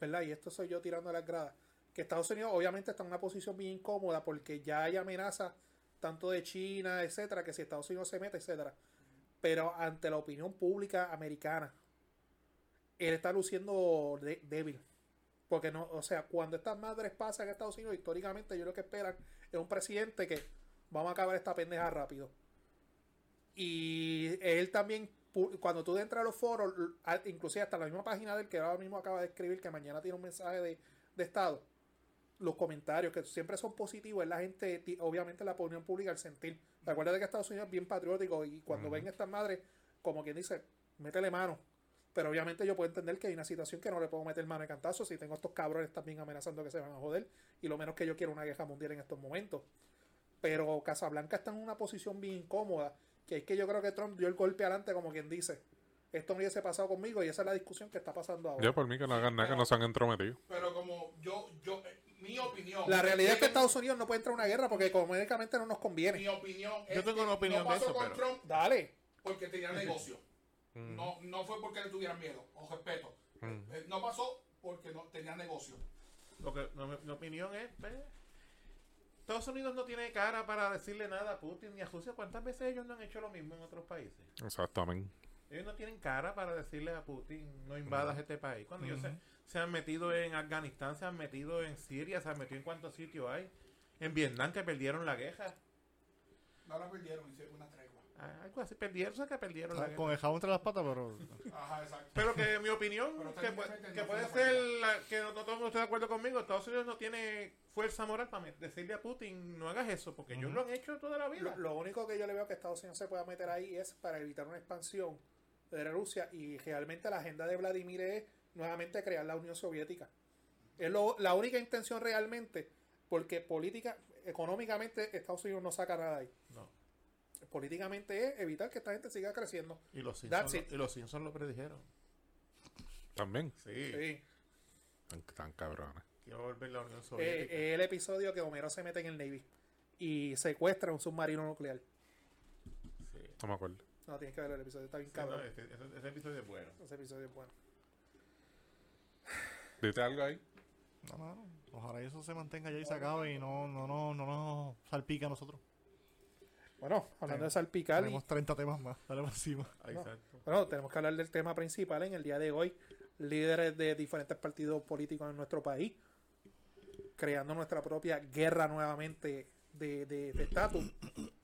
¿verdad? Y esto soy yo tirando las gradas. Que Estados Unidos obviamente está en una posición bien incómoda porque ya hay amenazas tanto de China, etcétera, que si Estados Unidos se mete, etcétera. Pero ante la opinión pública americana, él está luciendo de- débil. Porque no, o sea, cuando estas madres pasan en Estados Unidos, históricamente yo lo que esperan es un presidente que vamos a acabar esta pendeja rápido. Y él también, pu- cuando tú entras a los foros, l- a- inclusive hasta la misma página del que ahora mismo acaba de escribir, que mañana tiene un mensaje de, de Estado, los comentarios que siempre son positivos, es la gente, ti- obviamente la opinión pública, el sentir. Recuerda que Estados Unidos es bien patriótico y cuando ven estas madres, como quien dice, métele mano. Pero obviamente yo puedo entender que hay una situación que no le puedo meter mano de cantazo si tengo estos cabrones también amenazando que se van a joder. Y lo menos que yo quiero una guerra mundial en estos momentos. Pero Casablanca está en una posición bien incómoda. Que es que yo creo que Trump dio el golpe adelante, como quien dice. Esto no hubiese pasado conmigo y esa es la discusión que está pasando ahora. Yo por mí que no hagan nada, que no se han entrometido. Pero como yo, yo, eh, mi opinión. La realidad es que mi- Estados Unidos no puede entrar a una guerra porque económicamente no nos Mi conviene. opinión. es Yo tengo que una opinión no de pasó eso, con pero- Mm. Trump Dale. porque tenía negocio. No, no fue porque le tuvieran miedo, o respeto. Eh, No pasó porque no tenía negocio. Lo que, no, mi, mi opinión es, pues, Estados Unidos no tiene cara para decirle nada a Putin ni a Rusia. ¿Cuántas veces ellos no han hecho lo mismo en otros países? Exactamente. Ellos no tienen cara para decirle a Putin, no invadas este país. Cuando ellos se, se han metido en Afganistán, se han metido en Siria, se han metido en cuántos sitios hay. En Vietnam que perdieron la guerra. No la perdieron, hicieron una tregua. Ah, Algo así, perdieron, o sea, que perdieron la Ah, guerra. Con el jabón entre las patas, pero. Ajá, exacto. Pero que mi opinión, Pero que, pu- técnicamente que no puede fue una ser la- que no, no todo el mundo esté de acuerdo conmigo, Estados Unidos no tiene fuerza moral para me- decirle a Putin, no hagas eso, porque ellos lo han hecho toda la vida. Lo, lo único que yo le veo que Estados Unidos se pueda meter ahí es para evitar una expansión de Rusia y realmente la agenda de Vladimir es nuevamente crear la Unión Soviética. Es lo- la única intención realmente, porque política, económicamente Estados Unidos no saca nada de ahí. No. Políticamente es evitar que esta gente siga creciendo. Y los That's Simpsons it. lo, y los Simpsons lo predijeron. También. Sí. Sí. Tan, tan cabrones. Quiero volver la Unión Eh, Soviética. eh, el episodio que Homero se mete en el Navy y secuestra un submarino nuclear. Sí. Sí, No me acuerdo. No, tienes que ver el episodio, está bien no, cabrón. este- ese, ese episodio es bueno. Ese episodio es bueno. ¿Diste algo ahí? No, no, no. Ojalá eso se mantenga allá y se acabe y no, no, no, no nos salpica a nosotros. Bueno, hablando de salpicar y Tenemos 30 temas más. Dale por encima. Ah, No. Exacto. Bueno, tenemos que hablar del tema principal en el día de hoy. Líderes de diferentes partidos políticos en nuestro país, creando nuestra propia guerra nuevamente de de- de estatus,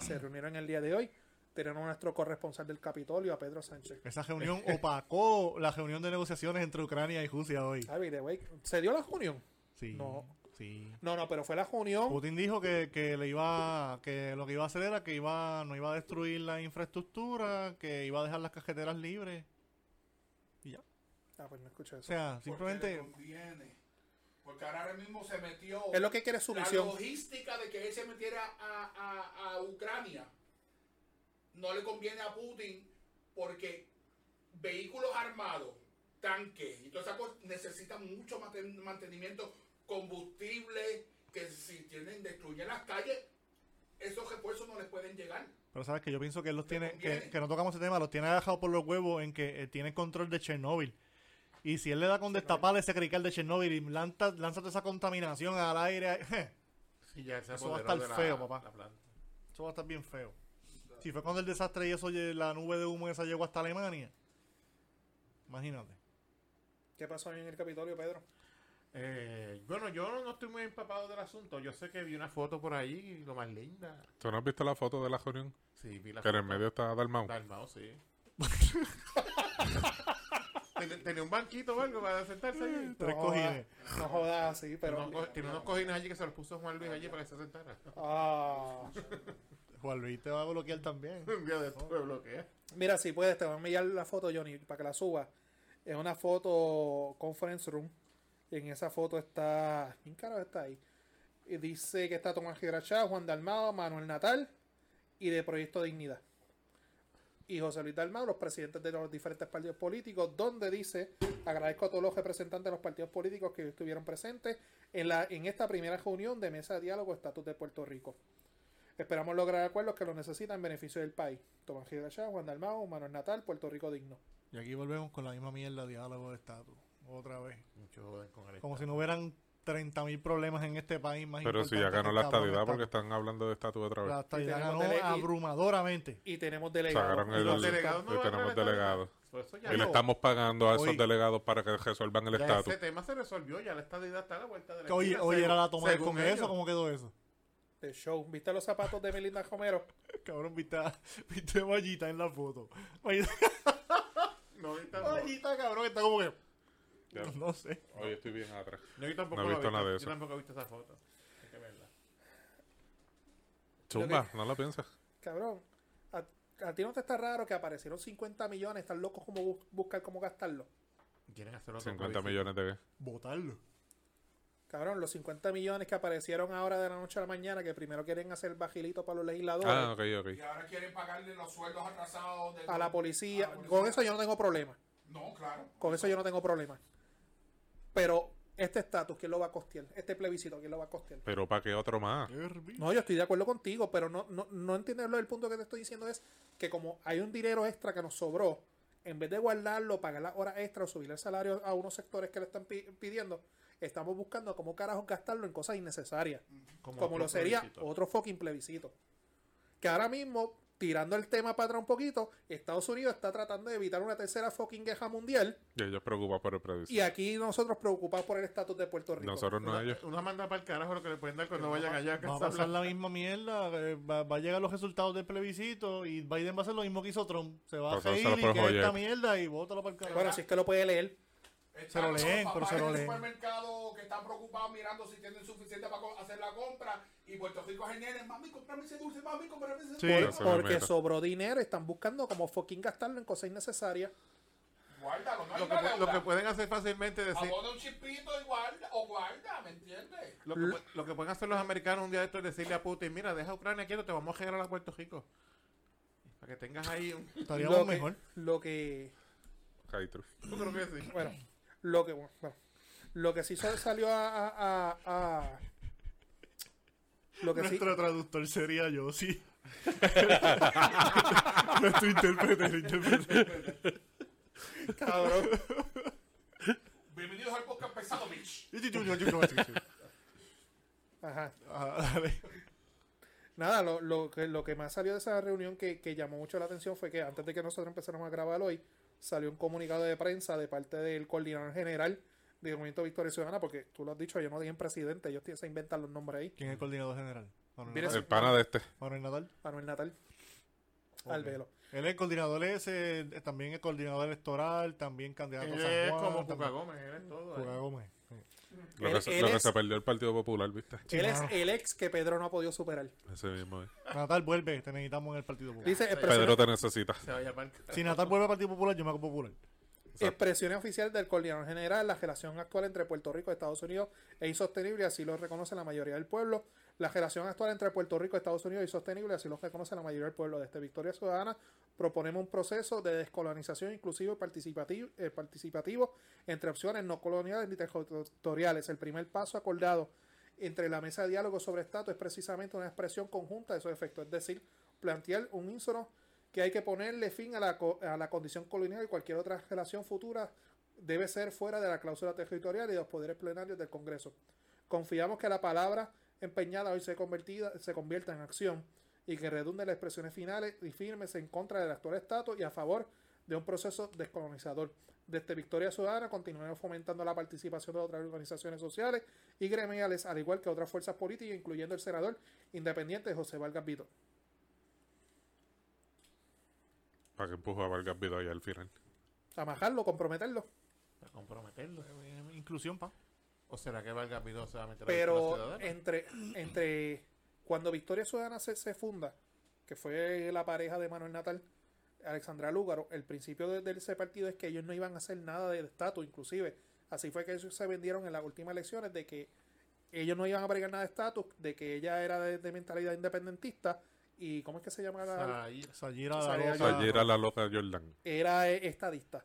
se reunieron el día de hoy. Tenemos a nuestro corresponsal del Capitolio, a Pedro Sánchez. Esa reunión [LAUGHS] opacó la reunión de negociaciones entre Ucrania y Rusia hoy. Ah, by the way, ¿Se dio la reunión? Sí. No. Sí. No, no, pero fue la reunión. Putin dijo que, que le iba que lo que iba a hacer era que iba no iba a destruir la infraestructura, que iba a dejar las cajeteras libres. Y ya. Ah, pues no escuché O eso. sea, Porque, simplemente le conviene. porque ahora mismo se metió Es lo que quiere su la misión. logística de que él se metiera a, a- a Ucrania. No le conviene a Putin porque vehículos armados, tanques y todas esas cosas necesitan mucho maten- mantenimiento, combustible, que si tienen destruyen las calles, esos refuerzos no les pueden llegar. Pero sabes que yo pienso que él los Le tiene, que, conviene. que no tocamos ese tema, los tiene agarrados por los huevos en que eh, tiene control de Chernobyl. Y si él le da con destapar ese crical de Chernobyl y lanza, lanza toda esa contaminación al aire, [LAUGHS] eh, Sí, ya se Eso va a apoderó estar de feo, papá. la planta. eso va a estar bien feo. Si fue cuando el desastre y eso, lle- la nube de humo esa llegó hasta Alemania. Imagínate. ¿Qué pasó hoy en el Capitolio, Pedro? Eh, bueno, yo no, no estoy muy empapado del asunto. Yo sé que vi una foto por ahí, lo más linda. ¿Tú no has visto la foto de la reunión? Sí, vi la Que en el foto. medio está Dalmau. Dalmau, sí. [LAUGHS] Ten- Tenía un banquito o algo para sentarse allí. Tres No cojines. jodas, No jodas así, pero. Unos co- Tiene unos cojines allí que se los puso Juan Luis allí para que se sentara. [LAUGHS] Ah. Juan Luis te va a bloquear también. un día de esto me bloquea. Mira, si puedes, te voy a enviar la foto, Johnny, para que la suba. Es una foto conference room. Y en esa foto está. ¿Quién carajo está ahí? Y dice que está Tomás Gigrachá, Juan Dalmao, Manuel Natal y de Proyecto Dignidad. Y José Luis Dalmao, los presidentes de los diferentes partidos políticos, donde dice: Agradezco a todos los representantes de los partidos políticos que estuvieron presentes en, la, en esta primera reunión de Mesa de Diálogo Estatus de Puerto Rico. Esperamos lograr acuerdos que lo necesitan en beneficio del país. Tomás Gigrachá, Juan Dalmao, Manuel Natal, Puerto Rico Digno. Y aquí volvemos con la misma mierda, diálogo de estatus. Otra vez. Mucho joden con el Como si no hubieran 30.000 problemas en este país más Pero si ya importantes ganó que la el cabrón estadidad está- porque están hablando de estatua otra vez. La estadidad Y ganó tenemos tele- y- abrumadoramente. Y tenemos delegados. Sacaron el- Los delegados le no van a tenemos la tarde. delegados. Por eso ya Y le no. estamos pagando a esos Oye. delegados para que resuelvan el Ya estatus. ese tema se resolvió, ya la estadidad está a la vuelta de la Que hoy, esquina, hoy según- era la toma del según Congreso, ellos. ¿cómo quedó eso? El show. ¿Viste los zapatos de Melinda Romero? Cabrón, viste, a- [LAUGHS] viste a Vallita en la foto. Vallita, No, yo tampoco, Vallita, cabrón, está como que. Ya. No sé. Hoy estoy bien atrás. no, yo tampoco No he la visto nada de eso. Yo tampoco he visto esa foto. Hay que verla. Chumba, no lo piensas. Cabrón. a- a ti no te está raro que aparecieron 50 millones, están locos como bus- buscar cómo gastarlo. Quieren hacerlo todo 50 codici- millones de qué. Votarlo. Cabrón, los 50 millones que aparecieron ahora de la noche a la mañana, que primero quieren hacer bajilito para los legisladores, Ah, ok, Y ok. ahora quieren pagarle los sueldos atrasados. del- a la policía. a la Con eso yo no tengo problema. No, claro. Con eso yo no tengo problema. Pero este estatus, ¿quién lo va a costear? Este plebiscito, ¿quién lo va a costear? Pero ¿para qué otro más? Herbie. No, yo estoy de acuerdo contigo, pero no, no, no entenderlo. El punto que te estoy diciendo es que como hay un dinero extra que nos sobró, en vez de guardarlo, pagar las horas extra o subir el salario a unos sectores que le están pi- pidiendo, estamos buscando cómo carajos gastarlo en cosas innecesarias. Como, otro lo sería plebiscito. otro fucking plebiscito. Que ahora mismo, tirando el tema para atrás un poquito, Estados Unidos está tratando de evitar una tercera fucking guerra mundial. Y ellos preocupados por el precio. Y aquí nosotros preocupados por el estatus de Puerto Rico. Nosotros no Una- ellos. Una manda para el carajo lo que le pueden dar cuando vayan Va allá. a a Casa pasar la Blanca. misma mierda. eh, va, va a llegar los resultados del plebiscito y Biden va a hacer lo mismo que hizo Trump. Se va a Pasárselo seguir y por que es joyet. esta mierda y bótalo para el carajo. Bueno, si es que lo puede leer. Están lo los leen, papás pero se en lo el leen. supermercado que están preocupados mirando si tienen suficiente para co- hacer la compra. Y Puerto Rico es el nene. Mami, comprame ese dulce, mami, comprame ese Sí. dulce. Eso me Porque meto. sobró dinero, están buscando como fucking gastarlo en cosas innecesarias. Guárdalo, no hay Lo que, pu- una lo deuda. que pueden hacer fácilmente es decir. Abona un chispito y guarda, o guarda, ¿me entiendes? Lo que, pu- lo que pueden hacer los americanos un día de esto es decirle a Putin: Mira, deja a Ucrania quieto, te vamos a llegar a Puerto Rico. Para que tengas [LAUGHS] ahí un. Estaríamos Lo que- mejor. Lo que, Ahí tú. Yo creo que sí. bueno, lo que, bueno, lo que sí sal- salió a, a- a- a- lo que sí, Nuestro traductor sería yo, sí. Nuestro intérprete, el intérprete. cabrón, Bienvenidos al podcast pesado, bitch. ajá. Ah, dale. Nada, lo, lo que, lo que más salió de esa reunión que, que llamó mucho la atención fue que antes de que nosotros empezáramos a grabar hoy, salió un comunicado de prensa de parte del coordinador general del Movimiento Victoria Ciudadana, porque tú lo has dicho, ellos no tienen presidente, ellos t- se inventan los nombres ahí. ¿Quién es el coordinador general? Manuel Mira Natal. El pana de este. Manuel Natal. Manuel Natal, al velo. Él es el coordinador ese, eh, también el coordinador electoral, también candidato a Él San es Juan, como Cuca también- Gómez, él es todo. Cuca ahí. Gómez. sí. Lo, Él- que, se- él lo que es- se perdió el Partido Popular, ¿viste? Él es Chimano. el ex que Pedro no ha podido superar. Ese mismo. eh. Natal vuelve, te necesitamos en el Partido Popular. Dice expresiones, Pedro te necesita. Se vaya para el carajo. Si Natal vuelve al Partido Popular, yo me hago popular. expresiones oficiales del coordinador general, la relación actual entre Puerto Rico y Estados Unidos es insostenible, así lo reconoce la mayoría del pueblo. La relación actual entre Puerto Rico y Estados Unidos es insostenible, así lo reconoce la mayoría del pueblo. Desde Victoria Ciudadana proponemos un proceso de descolonización inclusivo y participativo, eh, participativo entre opciones no coloniales ni territoriales. El primer paso acordado entre la mesa de diálogo sobre estatus es precisamente una expresión conjunta de esos efectos, es decir, plantear un ínsolo que hay que ponerle fin a la, co- a la condición colonial y cualquier otra relación futura debe ser fuera de la cláusula territorial y de los poderes plenarios del Congreso. Confiamos que la palabra empeñada hoy se, convertida, se convierta en acción y que redunde en las expresiones finales y firmes en contra del actual estatus y a favor de un proceso descolonizador. Desde Victoria Ciudadana continuaremos fomentando la participación de otras organizaciones sociales y gremiales, al igual que otras fuerzas políticas, incluyendo el senador independiente José Vargas Vito. Para que empujó a Vargas Vidal ahí al final. Amajarlo, comprometerlo. Para comprometerlo. Eh, Inclusión, pa. ¿O será que Valga Vidó se va a meter a la Pero ciudadana? entre, entre cuando Victoria Ciudadana se, se funda, que fue la pareja de Manuel Natal, Alexandra Lúgaro, el principio de, de ese partido es que ellos no iban a hacer nada de estatus, inclusive. Así fue que ellos se vendieron en las últimas elecciones de que ellos no iban a bregar nada de estatus, de que ella era de, de mentalidad independentista y ¿cómo es que se llama? la- Ahí. Sayira, la Sayira, loca. O sea, ayer era la loca Jordan. Era eh, estadista.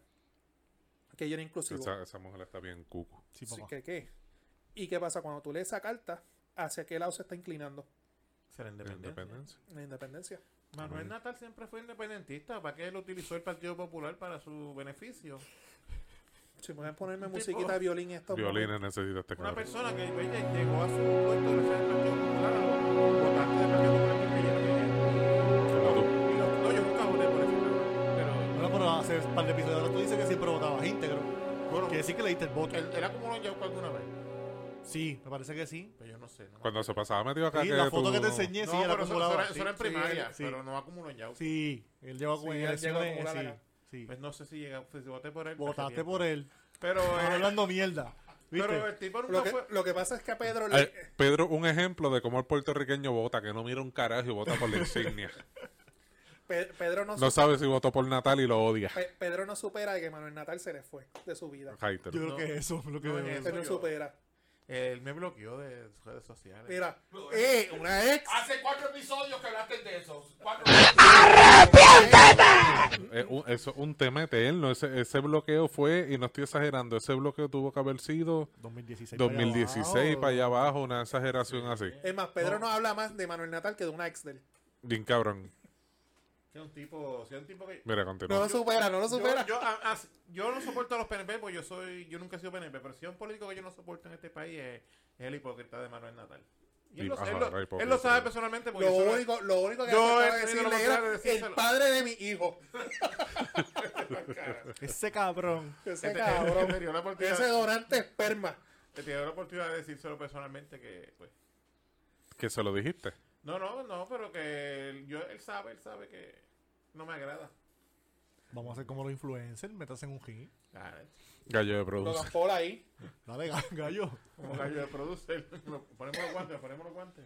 Que ella era inclusivo. Esa, esa mujer está bien cucu. Sí, Así papá. que, ¿qué? ¿Y qué pasa? Cuando tú lees esa carta, ¿hacia qué lado se está inclinando? Será independiente. Independencia. La independencia. Manuel Natal siempre fue independentista. ¿Para qué él utilizó el Partido Popular para su beneficio? Si me voy a ponerme Un musiquita tipo- de violín en estos momentos. Violines necesita este Una cabrón. persona que oye, llegó a su puesto de ser del Partido Popular, a los votantes del Partido Popular que creyeron en él. Como tú. Y los- No, yo nunca voté por ese cabrón, Pero Bueno, pero hace un par de episodios ahora tú dices que siempre votabas íntegro. Bueno, Quiere decir que le diste el voto. él, él acumuló en Yauco alguna vez. Sí, me parece que sí. Pero yo no sé. No me Cuando se pasaba metido acá. Sí, la foto tú- que te enseñé, sí, No, era pero eso, eso acumulada. era, eso era en Sí, primaria, sí, pero no acumuló en Yauco. Sí, él lleva Sí, con él llegó a elecciones. acumular Sí, acá. sí. Pues no sé si llega, si voté por él. Votaste hace por tiempo. él. Pero, Estás [LAUGHS] eh, hablando mierda. ¿Viste? pero el tipo nunca Lo que, fue. lo que pasa es que a Pedro le- Eh, Pedro, un ejemplo de cómo el puertorriqueño vota, que no mira un carajo y vota por la insignia. Pe- Pedro no, No su- sabe si votó por Natal y lo odia. Pe- Pedro no supera que Manuel Natal se le fue de su vida. Hater. Yo creo No. que eso es lo que No, debe es- ser. Él no yo. supera. Él me bloqueó de sus redes sociales. Mira, eh, una ex. Ah, Hace cuatro episodios que hablaste de esos. Cuatro Eh, un, eso, un tema eterno. Ese, ese bloqueo fue, y no estoy exagerando, ese bloqueo tuvo que haber sido 2016. para allá 2016 abajo. para allá abajo, una exageración así. Es más, Pedro no. habla más de Manuel Natal que de una ex de él. Bien cabrón. Que un tipo, que un tipo que... Mira, No continúa. lo supera, no lo Yo, supera. yo, a- a- yo no soporto a los PNP porque yo soy yo nunca he sido PNP, pero si hay un político que yo no soporto en este país es, es el hipócrita de Manuel Natal. Y él, Y- lo, ajá, él, era lo, hipócrita. él lo sabe personalmente porque lo, yo solo- único, lo único que Yo yo he tenido la decirle oportunidad era de el decírselo". padre de mi hijo. Ese cabrón. Ese Este- cabrón. [LAUGHS] me dio la oportunidad- Ese donante esperma. He tenido la oportunidad de decírselo personalmente que pues Que se lo dijiste. no, no, no, pero que él, yo, él sabe, él sabe que no me agrada. Vamos a hacer como los influencers, metas en un hit. Claro, Gallo de Lo producción. Paul ahí. Dale, [LAUGHS] ga- gallo. como gallo de producer. [LAUGHS] Lo- ponemos los guantes, lo ponemos los guantes.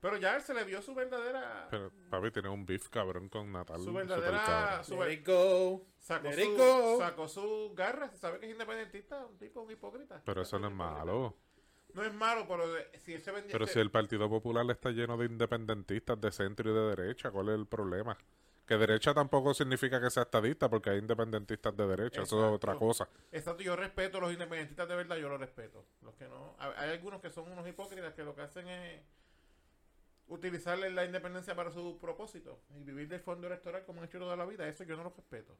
Pero ya él se le vio su verdadera... Pero, papi, tiene un beef cabrón con Natal. Su super verdadera... cabrón. Su, Let it go. Sacó Let it su, go. sacó su garra, se sabe que es independentista, un tipo, un hipócrita. Pero eso no es Hipócrita. malo. No es malo, pero de- si él se vendía. Pero si el Partido Popular está lleno de independentistas de centro y de derecha, ¿cuál es el problema? Que derecha tampoco significa que sea estadista, porque hay independentistas de derecha, eso es Exacto. otra cosa. Exacto, yo respeto a los independentistas de verdad, yo los respeto. Los que no. ha- Hay algunos que son unos hipócritas que lo que hacen es utilizarle la independencia para su propósito y vivir del fondo electoral como han hecho toda la vida. Eso yo no lo respeto.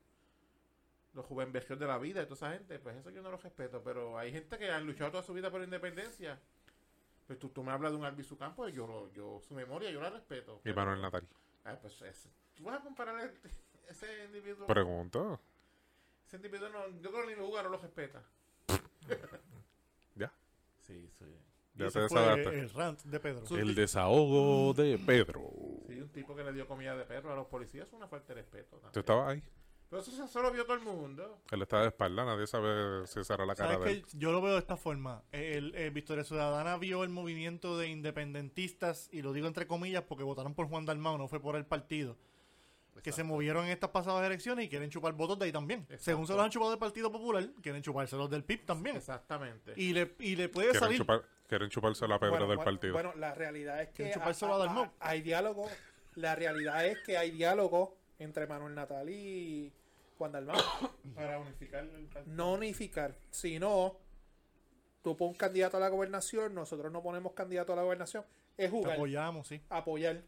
Los juvenvejos de la vida y toda esa gente, pues eso yo no lo respeto. Pero hay gente que han luchado toda su vida por la independencia. Pues tú, tú me hablas de un Albizu Campos, yo, lo- yo su memoria yo la respeto. Y Manuel Natal. Ah, pues ese- tú vas a comparar el- ese individuo. Pregunto. ese individuo no, yo creo que ni el lugar no lo respeta. [LAUGHS] Ya. Sí, sí. Y Ya ese te fue desadaste. el rant de Pedro. Su- El desahogo de Pedro. Sí, un tipo que le dio comida de perro a los policías es una falta de respeto. también. Tú estabas ahí. Pero eso se solo vio todo el mundo. Él estaba de espalda, nadie sabe si será la cara ¿Sabes de él. que Yo lo veo de esta forma. Eh, El, el Victoria Ciudadana vio el movimiento de independentistas, y lo digo entre comillas porque votaron por Juan Dalmau, no fue por el partido, que se movieron en estas pasadas elecciones y quieren chupar votos de ahí también. Exacto. Según se los han chupado del Partido Popular, quieren chupárselos del PIB también. Exactamente. Y le, y le puede Quieren, salir. chupar- quieren chuparse la Pedro Bueno, del bueno, partido. Bueno, la realidad es que Quieren chuparse ha- la ha- Dalmau. ha- hay diálogo. La realidad es que hay diálogo entre Manuel Natal y Juan Dalmau. [COUGHS] Para unificar el partido. No unificar, sino tú pones un candidato a la gobernación, nosotros no ponemos candidato a la gobernación. Es Te jugar, apoyamos, sí. apoyar.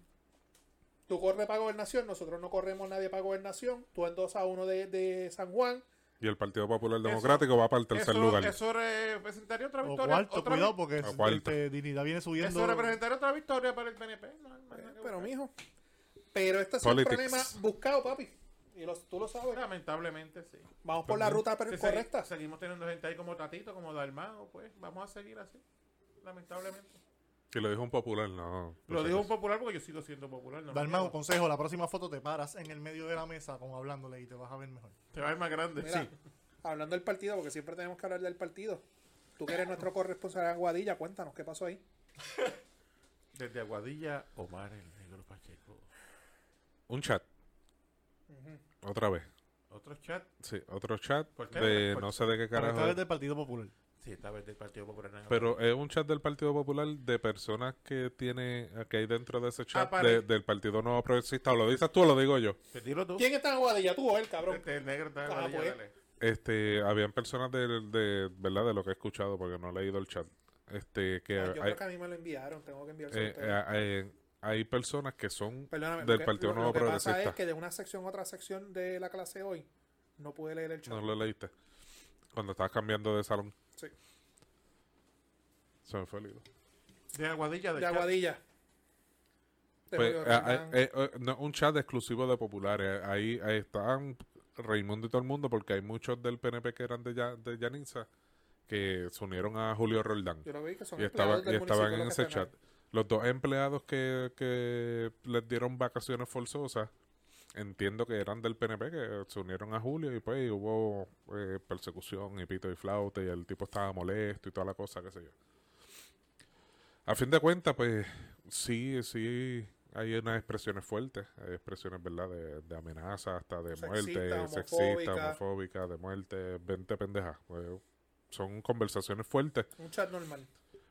Tú corres para gobernación, nosotros no corremos nadie para gobernación. Tú endosas a uno de, de San Juan. y el Partido Popular Democrático va para el tercer eso, lugar. Eso representaría Oh, otra O victoria. cuarto, otra cuidado, vi- porque O cuarto. este, dignidad viene subiendo. Eso representaría otra victoria para el PNP. No, hay más nada que Eh, Pero, buscar. mijo, pero este es un Politics. problema buscado, papi. Y los- tú lo sabes. Lamentablemente, sí. Vamos por la ruta pero Si segui- correcta. seguimos teniendo gente ahí como Tatito, como Dalmao, pues vamos a seguir así. Lamentablemente. Y lo dijo un popular, no. Lo dijo un popular porque yo sigo siendo popular. No Dalmau, lo niego. consejo, la próxima foto te paras en el medio de la mesa como hablándole y te vas a ver mejor. Te va a ir más grande. Mira, Sí. hablando del partido, porque siempre tenemos que hablar del partido. Tú que eres nuestro corresponsal en Guadilla, cuéntanos qué pasó ahí. Desde Aguadilla, Omar el Negro Pacheco. Un chat. Otra vez. Otro chat. Sí, otro chat ¿Por qué? de ¿Por- no sé de qué Pero esta carajo. vez del Partido Popular. Sí, esta vez del Partido Popular. no. Pero es un chat del Partido Popular de personas que tiene que hay dentro de ese chat Apare- de- del Partido Nuevo Progresista. ¿O lo dices tú o lo digo yo? Pues dilo tú. ¿Quién está en Guadilla? Tú o él, Eh, cabrón. Este, el negro está en Ah, Aguadilla, pues. dale. Este, habían personas de, de- verdad de lo que he escuchado porque no he leído el chat. Este que Ah, Yo hay, creo que a mí me lo enviaron, tengo que enviarse a eh, ustedes. eh, eh, hay personas que son Perdóname, del porque Partido lo, Nuevo lo que Progresista. pasa es que de una sección a otra sección de la clase hoy, no pude leer el chat. No lo leíste. Cuando estabas cambiando de salón. Sí. Se me fue el hilo. De Aguadilla, del de chat. Aguadilla. De Pues, Julio ah, Hernán. eh, eh, eh, no, un chat exclusivo de populares. Ahí, ahí están Raimundo y todo el mundo, porque hay muchos del PNP que eran de, Ya- de Yanitza que se unieron a Julio Roldán. Yo lo vi que son Y, estaba- empleados del y estaban municipio en los que ese están chat. Los dos empleados que, que les dieron vacaciones forzosas, entiendo que eran del PNP, que se unieron a Julio y pues y hubo eh, persecución y pito y flauta y el tipo estaba molesto y toda la cosa, qué sé yo. A fin de cuentas, pues sí, sí, Hay unas expresiones fuertes, hay expresiones, ¿verdad? De, de amenaza, hasta de Sexista, muerte, sexista, homofóbica. homofóbica, de muerte, 20 pendejas. Pues, son conversaciones fuertes. Un chat normal.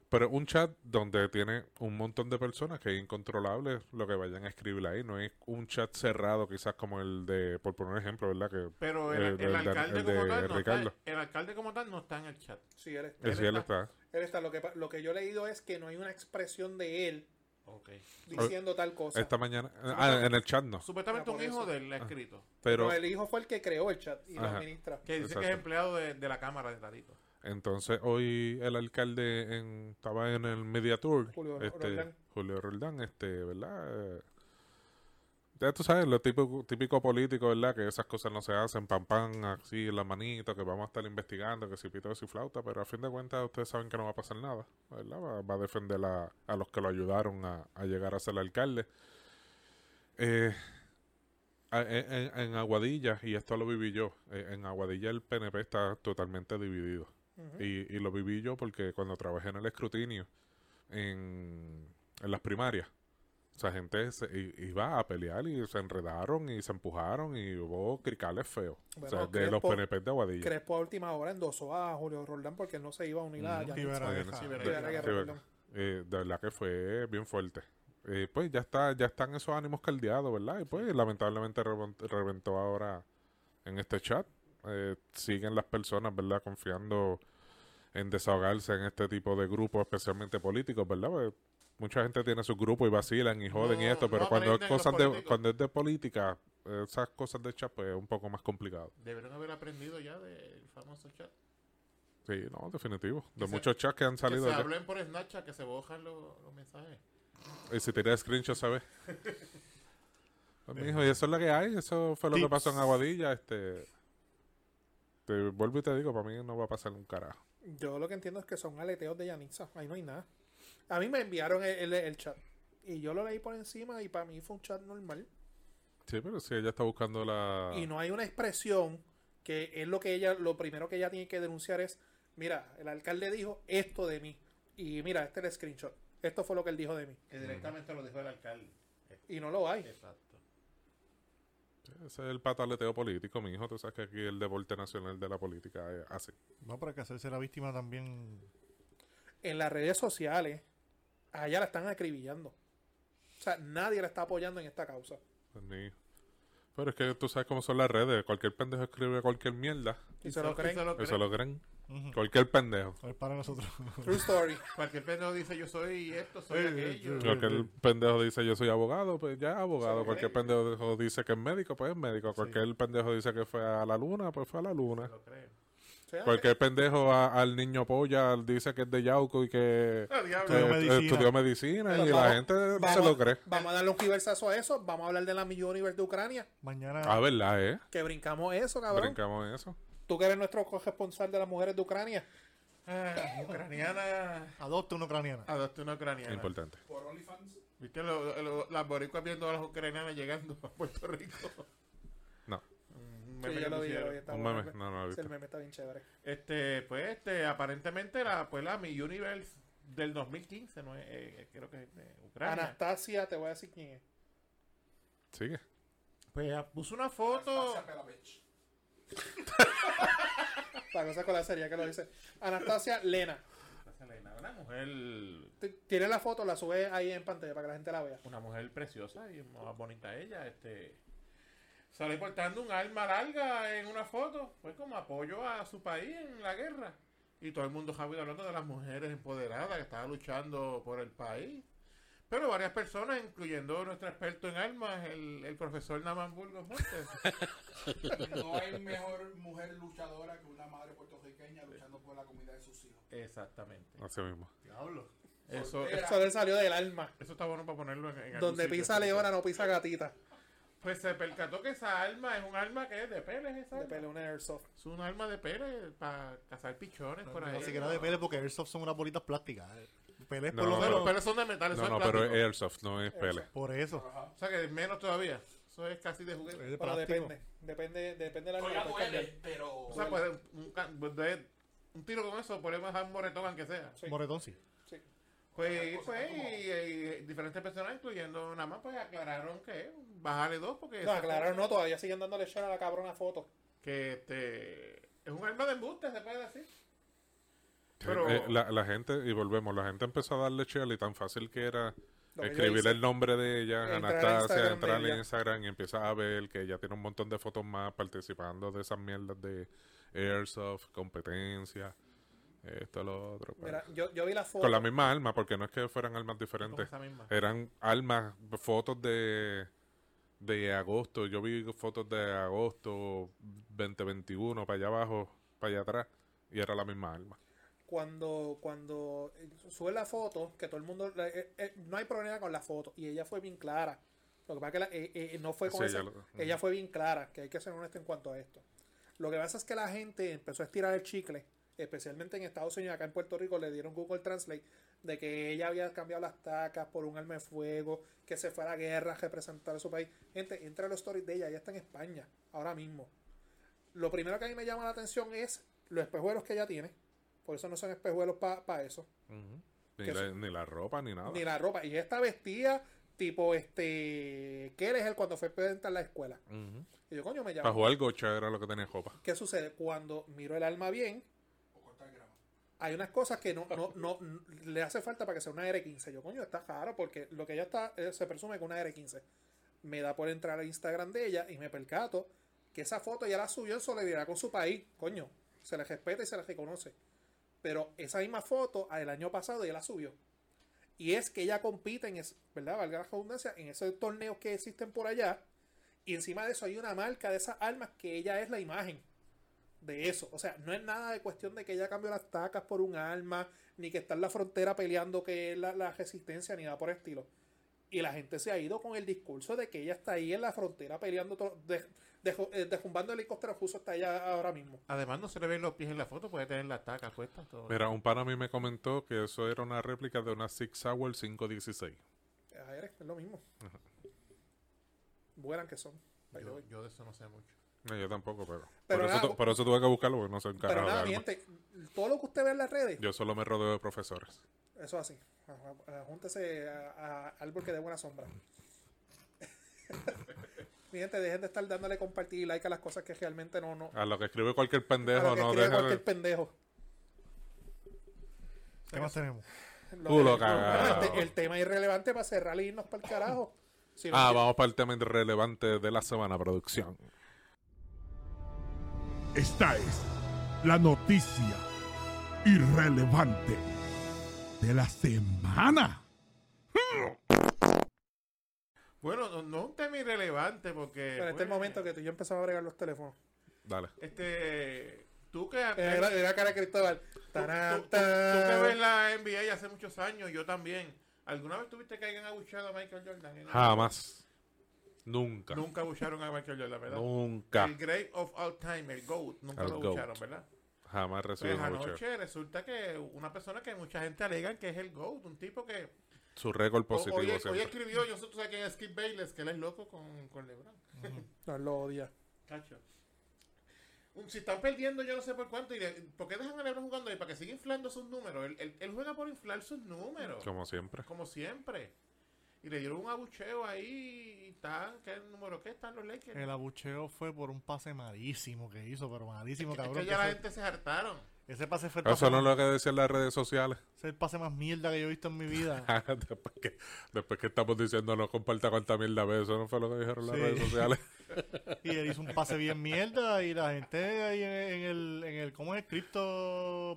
Pero un chat donde tiene un montón de personas que es incontrolable lo que vayan a escribir ahí. No es un chat cerrado, quizás como el de, por poner un ejemplo, ¿verdad? Que Pero Eh, el, el del- del- alcalde el como de tal no Ricardo. está, el alcalde como tal no está en el chat. Sí, él está. el Él cielo está- está. Él está. Lo que, pa- lo que yo he leído es que no hay una expresión de él Ah, Okay. diciendo tal cosa. Esta mañana. Ah, en el chat no. Supuestamente Ah, por un hijo eso. de él le ha escrito. Pero No, el hijo fue el que creó el chat y lo Ajá. administra. Que dice que es Ah, Exacto. empleado de, de la cámara de Tatito. Entonces hoy el alcalde en- estaba en el Media Tour. Julio este, Roldán. Julio Roldán, este, ¿verdad? Eh, Ya tú sabes, lo típico, típico político, ¿verdad? Que esas cosas no se hacen, pam, pam, así en la manito, que vamos a estar investigando, que si pito, que si flauta, pero a fin de cuentas ustedes saben que no va a pasar nada, ¿verdad? Va, va a defender a, a los que lo ayudaron a, a llegar a ser alcalde. Eh, a- en, en- en Aguadilla, y esto lo viví yo, eh, en Aguadilla el PNP está totalmente dividido. y, y lo viví yo porque cuando trabajé en el escrutinio, en, en las primarias, o sea, gente se, i- iba a pelear y se enredaron y se empujaron y hubo cricales feos. o sea, Bueno, de los Crespo- PNP de Aguadilla. Crespo a última hora endosó a Julio Roldán porque él no se iba a unir a Ujú. Yankee. Cibera Bueno, Guerra. sí, Cibera de- Guerra, sí, perdón. verdad. Eh, de verdad que fue bien fuerte. Eh, pues ya está, ya están esos ánimos caldeados, ¿verdad? Y pues lamentablemente revent- reventó ahora en este chat. Eh, siguen las personas, ¿verdad? Confiando en desahogarse en este tipo de grupos, especialmente políticos, ¿verdad? Porque mucha gente tiene sus grupos y vacilan y joden y No, esto, pero no cuando es aprenden los cosas de, políticos. cuando es de política, esas cosas de chat, pues es un poco más complicado. Deberían haber aprendido ya del famoso chat. Sí, no, definitivo. De Quizá- muchos chats que han Que salido. se ya. hablen por Snapchat, que se bojan los, los mensajes. Y si tiras screenshot, [LAUGHS] ¿sabes? Pues, mijo, y eso es lo que hay. Eso fue lo que pasó en Aguadilla. Este, te vuelvo y te digo, para mí no va a pasar un carajo. Yo lo que entiendo es que son aleteos de Yanitza. Ahí no hay nada. A mí me enviaron el, el- el chat. Y yo lo leí por encima y para mí fue un chat normal. Sí, pero si ella está buscando la... Y no hay una expresión que es lo que ella, lo primero que ella tiene que denunciar es, mira, el alcalde dijo esto de mí. Y mira, este es el screenshot. Esto fue lo que él dijo de mí. Que directamente lo dijo el alcalde. Este, Y no lo hay. Exacto. Ese es el pataleteo político, mijo. Tú sabes que aquí el deporte nacional de la política es así. No, para que hacerse la víctima también. en las redes sociales, a ella la están acribillando. O sea, nadie la está apoyando en esta causa. Pues, ni- Pero es que tú sabes cómo son las redes. Cualquier pendejo escribe cualquier mierda. Y se lo creen. se lo Eso creen. lo creen. Ujú. Cualquier pendejo. A ver, para nosotros. [LAUGHS] True [LAUGHS] story. Cualquier pendejo dice yo soy esto, soy Eh, aquello. eh, Cualquier pendejo dice yo soy abogado, pues ya es Se abogado. lo Cualquier cree. pendejo dice que es médico, pues es médico. Cualquier pendejo dice que fue a la luna, pues fue a la luna. Lo creen. O sea, Cualquier pendejo a- al niño polla dice que es de Yauco y que Ah, diablo. eh, Estudió eh, medicina. estudió medicina y Pero la vamos- gente se vamos- lo cree. Vamos a darle un quiversazo a eso. Vamos a hablar de la Miss Universe de Ucrania. Mañana. Ah, verdad, eh. Que brincamos eso, cabrón. Brincamos en eso. Tú que eres nuestro corresponsal de las mujeres de Ucrania. Ah, ucraniana. Adopta una ucraniana. Ah. Adopta una ucraniana. Importante. Por OnlyFans. ¿Viste lo- lo- las boricuas viendo a las ucranianas llegando a Puerto Rico? No. Mm, Sí, meme yo que lo vi, yo lo pusieron. vi, está Un bueno. pues. meme, no, no lo he Sí, el visto. meme está bien chévere. Este, pues, este, aparentemente la, pues, la Mi Universe del 2015, no es, Eh, eh, creo que es de Ucrania. Anastasia, te voy a decir quién es. Sigue. Pues ah, puso una foto. Gracias, Pela Bitch. La cosa con la serie que lo dice. Anastasia Lena. Una mujer, T- Tiene la foto, la sube ahí en pantalla para que la gente la vea. una mujer preciosa y más bonita ella, este. Sale portando un arma larga en una foto, pues como apoyo a su país en la guerra. Y todo el mundo Javier hablando de las mujeres empoderadas que estaban luchando por el país. Pero varias personas, incluyendo nuestro experto en armas, el, el profesor Naman Burgos Montes. No hay mejor mujer luchadora que una madre puertorriqueña luchando por la comida de sus hijos. Exactamente. Así mismo. Diablo. Eso, Soltera. Eso le salió del alma. eso está bueno para ponerlo en, en algún Donde sitio, pisa eso. leona, no pisa gatita. Pues se percató que esa arma es un arma que es de peles, esa De arma. pelea, un airsoft. Es un arma de peles para cazar pichones por ahí. Así que era de pele porque Airsoft son unas bolitas plásticas. eh. Pele es No, por lo No, los menos. peles son de metal, eso No, es no, plástico. pero es Airsoft, no es Pele. Por eso. O sea que es menos todavía. Eso es casi de juguete. Es de Pero plástico. depende, depende, depende de la Oye, arma, ya la puedes duele, cambiar. pero. O sea, pues, un, ca- de- un tiro con eso podemos dejar un moretón aunque sea. Sí, Moretón sí. sí. Pues, pues, y, y diferentes personas, incluyendo nada más, pues aclararon que bajarle dos porque... No, aclararon, no, todavía siguen dándole share a la cabrona foto. Que este... Es un arma de embuste, se puede decir. Pero- Pero... eh, la, la gente, y volvemos, la gente empezó a darle chile y tan fácil que era Lo que yo escribir hice. el nombre de Entrar ella, al Anastasia, Instagram entrar de en ella. Instagram y empiezas a ver que ella tiene un montón de fotos más participando de esas mierdas de Airsoft, competencia, esto, lo otro. pues. Mira, yo, yo vi la foto. Con la misma alma, porque no es que fueran almas diferentes. Esa misma. Eran almas, fotos de, de agosto. Yo vi fotos de agosto 2021, para allá abajo, para allá atrás, y era la misma alma. cuando, cuando eh, sube la foto, que todo el mundo, la- eh, eh, no hay problema con la foto, y ella fue bien clara. Lo que pasa es que la- eh, eh, no fue con Sí, esa, ya lo- ella fue bien clara, que hay que ser honesto en cuanto a esto. Lo que pasa es que la gente empezó a estirar el chicle, especialmente en Estados Unidos, acá en Puerto Rico le dieron Google Translate de que ella había cambiado las tacas por un arma de fuego, que se fue a la guerra a representar a su país. Gente, entra a los stories de ella, ella está en España ahora mismo. Lo primero que a mí me llama la atención es los espejuelos que ella tiene. Por eso no son espejuelos para eso. Ni, Que la, eso- ni la ropa, ni nada. Ni la ropa. Y ella está vestida tipo este. ¿Qué eres él cuando fue presidenta en la escuela? Ujú. Y yo, coño, me Para llama. jugar gocha era lo que tenía ropa. ¿Qué sucede? Cuando miro el alma bien, O cortar grama. hay unas cosas que no, no, no, n- le hace falta para que sea una R15. Yo, coño, está raro porque lo que ella está, eh, se presume que una R15. Me da por entrar al Instagram de ella y me percato que esa foto ya la subió en solidaridad con su país. Coño, se le respeta y se le reconoce. Pero esa misma foto ah, el año pasado ya la subió. Y es que ella compite en, es, ¿verdad? Valga la redundancia, en esos torneos que existen por allá. Y encima de eso hay una marca de esas armas que ella es la imagen de eso. O sea, no es nada de cuestión de que ella cambió las tacas por un arma, ni que está en la frontera peleando que es la, la resistencia, ni nada por el estilo. Y la gente se ha ido con el discurso de que ella está ahí en la frontera peleando, to- de, dejo- eh, derrumbando helicópteros justo hasta allá ahora mismo. Además, no se le ven los pies en la foto, puede tener las tacas puestas. Todo. Mira, un pana a mí me comentó que eso era una réplica de una Six Hour 516. A ver, es lo mismo. Buenas que son. by the yo, way. yo de eso no sé mucho. No, yo tampoco, pero. Pero por, eso nada, tu- por eso tuve que buscarlo, porque no soy un Pero carajo de nada, armas. miente. Todo lo que usted ve en las redes, Yo solo me rodeo de profesores. eso así. Ah, Júntese a, a árbol que dé buena [LAUGHS] sombra. Mi gente, dejen de estar dándole compartir y like a las cosas que realmente no, no. A lo que escribe cualquier a lo pendejo, que no escribe deja. Ah, cualquier pendejo. ¿Qué más tenemos? Lo Tú de- lo lo- cagao. el, te- el tema irrelevante para cerrar y irnos para el carajo. Si no Ah, quiere- vamos para el tema relevante de la semana, producción. Esta es la noticia irrelevante de la semana. Bueno, no, no es un tema irrelevante Bueno, porque... este es el pues, momento que tú y yo empezamos a bregar los teléfonos. Eh, Dale. Este... Tú que... Era, era cara de Cristóbal. Tú, Tarán, tú- tú- tú que ves tan. la NBA ya hace muchos años, yo también. ¿Alguna vez tuviste que hayan abuchado a Michael Jordan? Eh, no. Jamás. Nunca. Nunca. Nunca abucharon a Michael Jordan, ¿verdad? El great of all time, el GOAT, nunca El lo GOAT. abucharon, ¿verdad? Jamás recibí Pues un anoche voucher. resulta que una persona que mucha gente alega que es el GOAT, un tipo que... Su récord o- positivo hoy, hoy siempre. escribió, yo sé tú sabes quién es Skip Bayless, que él es loco con, con LeBron. No, lo odia. Cacho. Un- Si están perdiendo, yo no sé por cuánto. Y de- ¿Por qué dejan a LeBron jugando ahí? Para que siga inflando sus números. Él, él- él juega por inflar sus números. Como siempre. Como siempre. Y le dieron un abucheo ahí. Y están, ¿qué número qué? Están los Lakers. El abucheo fue por un pase malísimo que hizo, pero malísimo, es cabrón. que que ya la ese- gente se hartaron. Ese pase fue el pase, Eso no es más- lo que decían las redes sociales. ese es el pase más mierda que yo he visto en mi vida. [LAUGHS] después, que, después que estamos diciendo no comparta cuánta mierda ve, eso no fue lo que dijeron las Sí. redes [LAUGHS] sociales. Y él hizo un pase bien mierda y la gente ahí en, en el, en el ¿cómo es?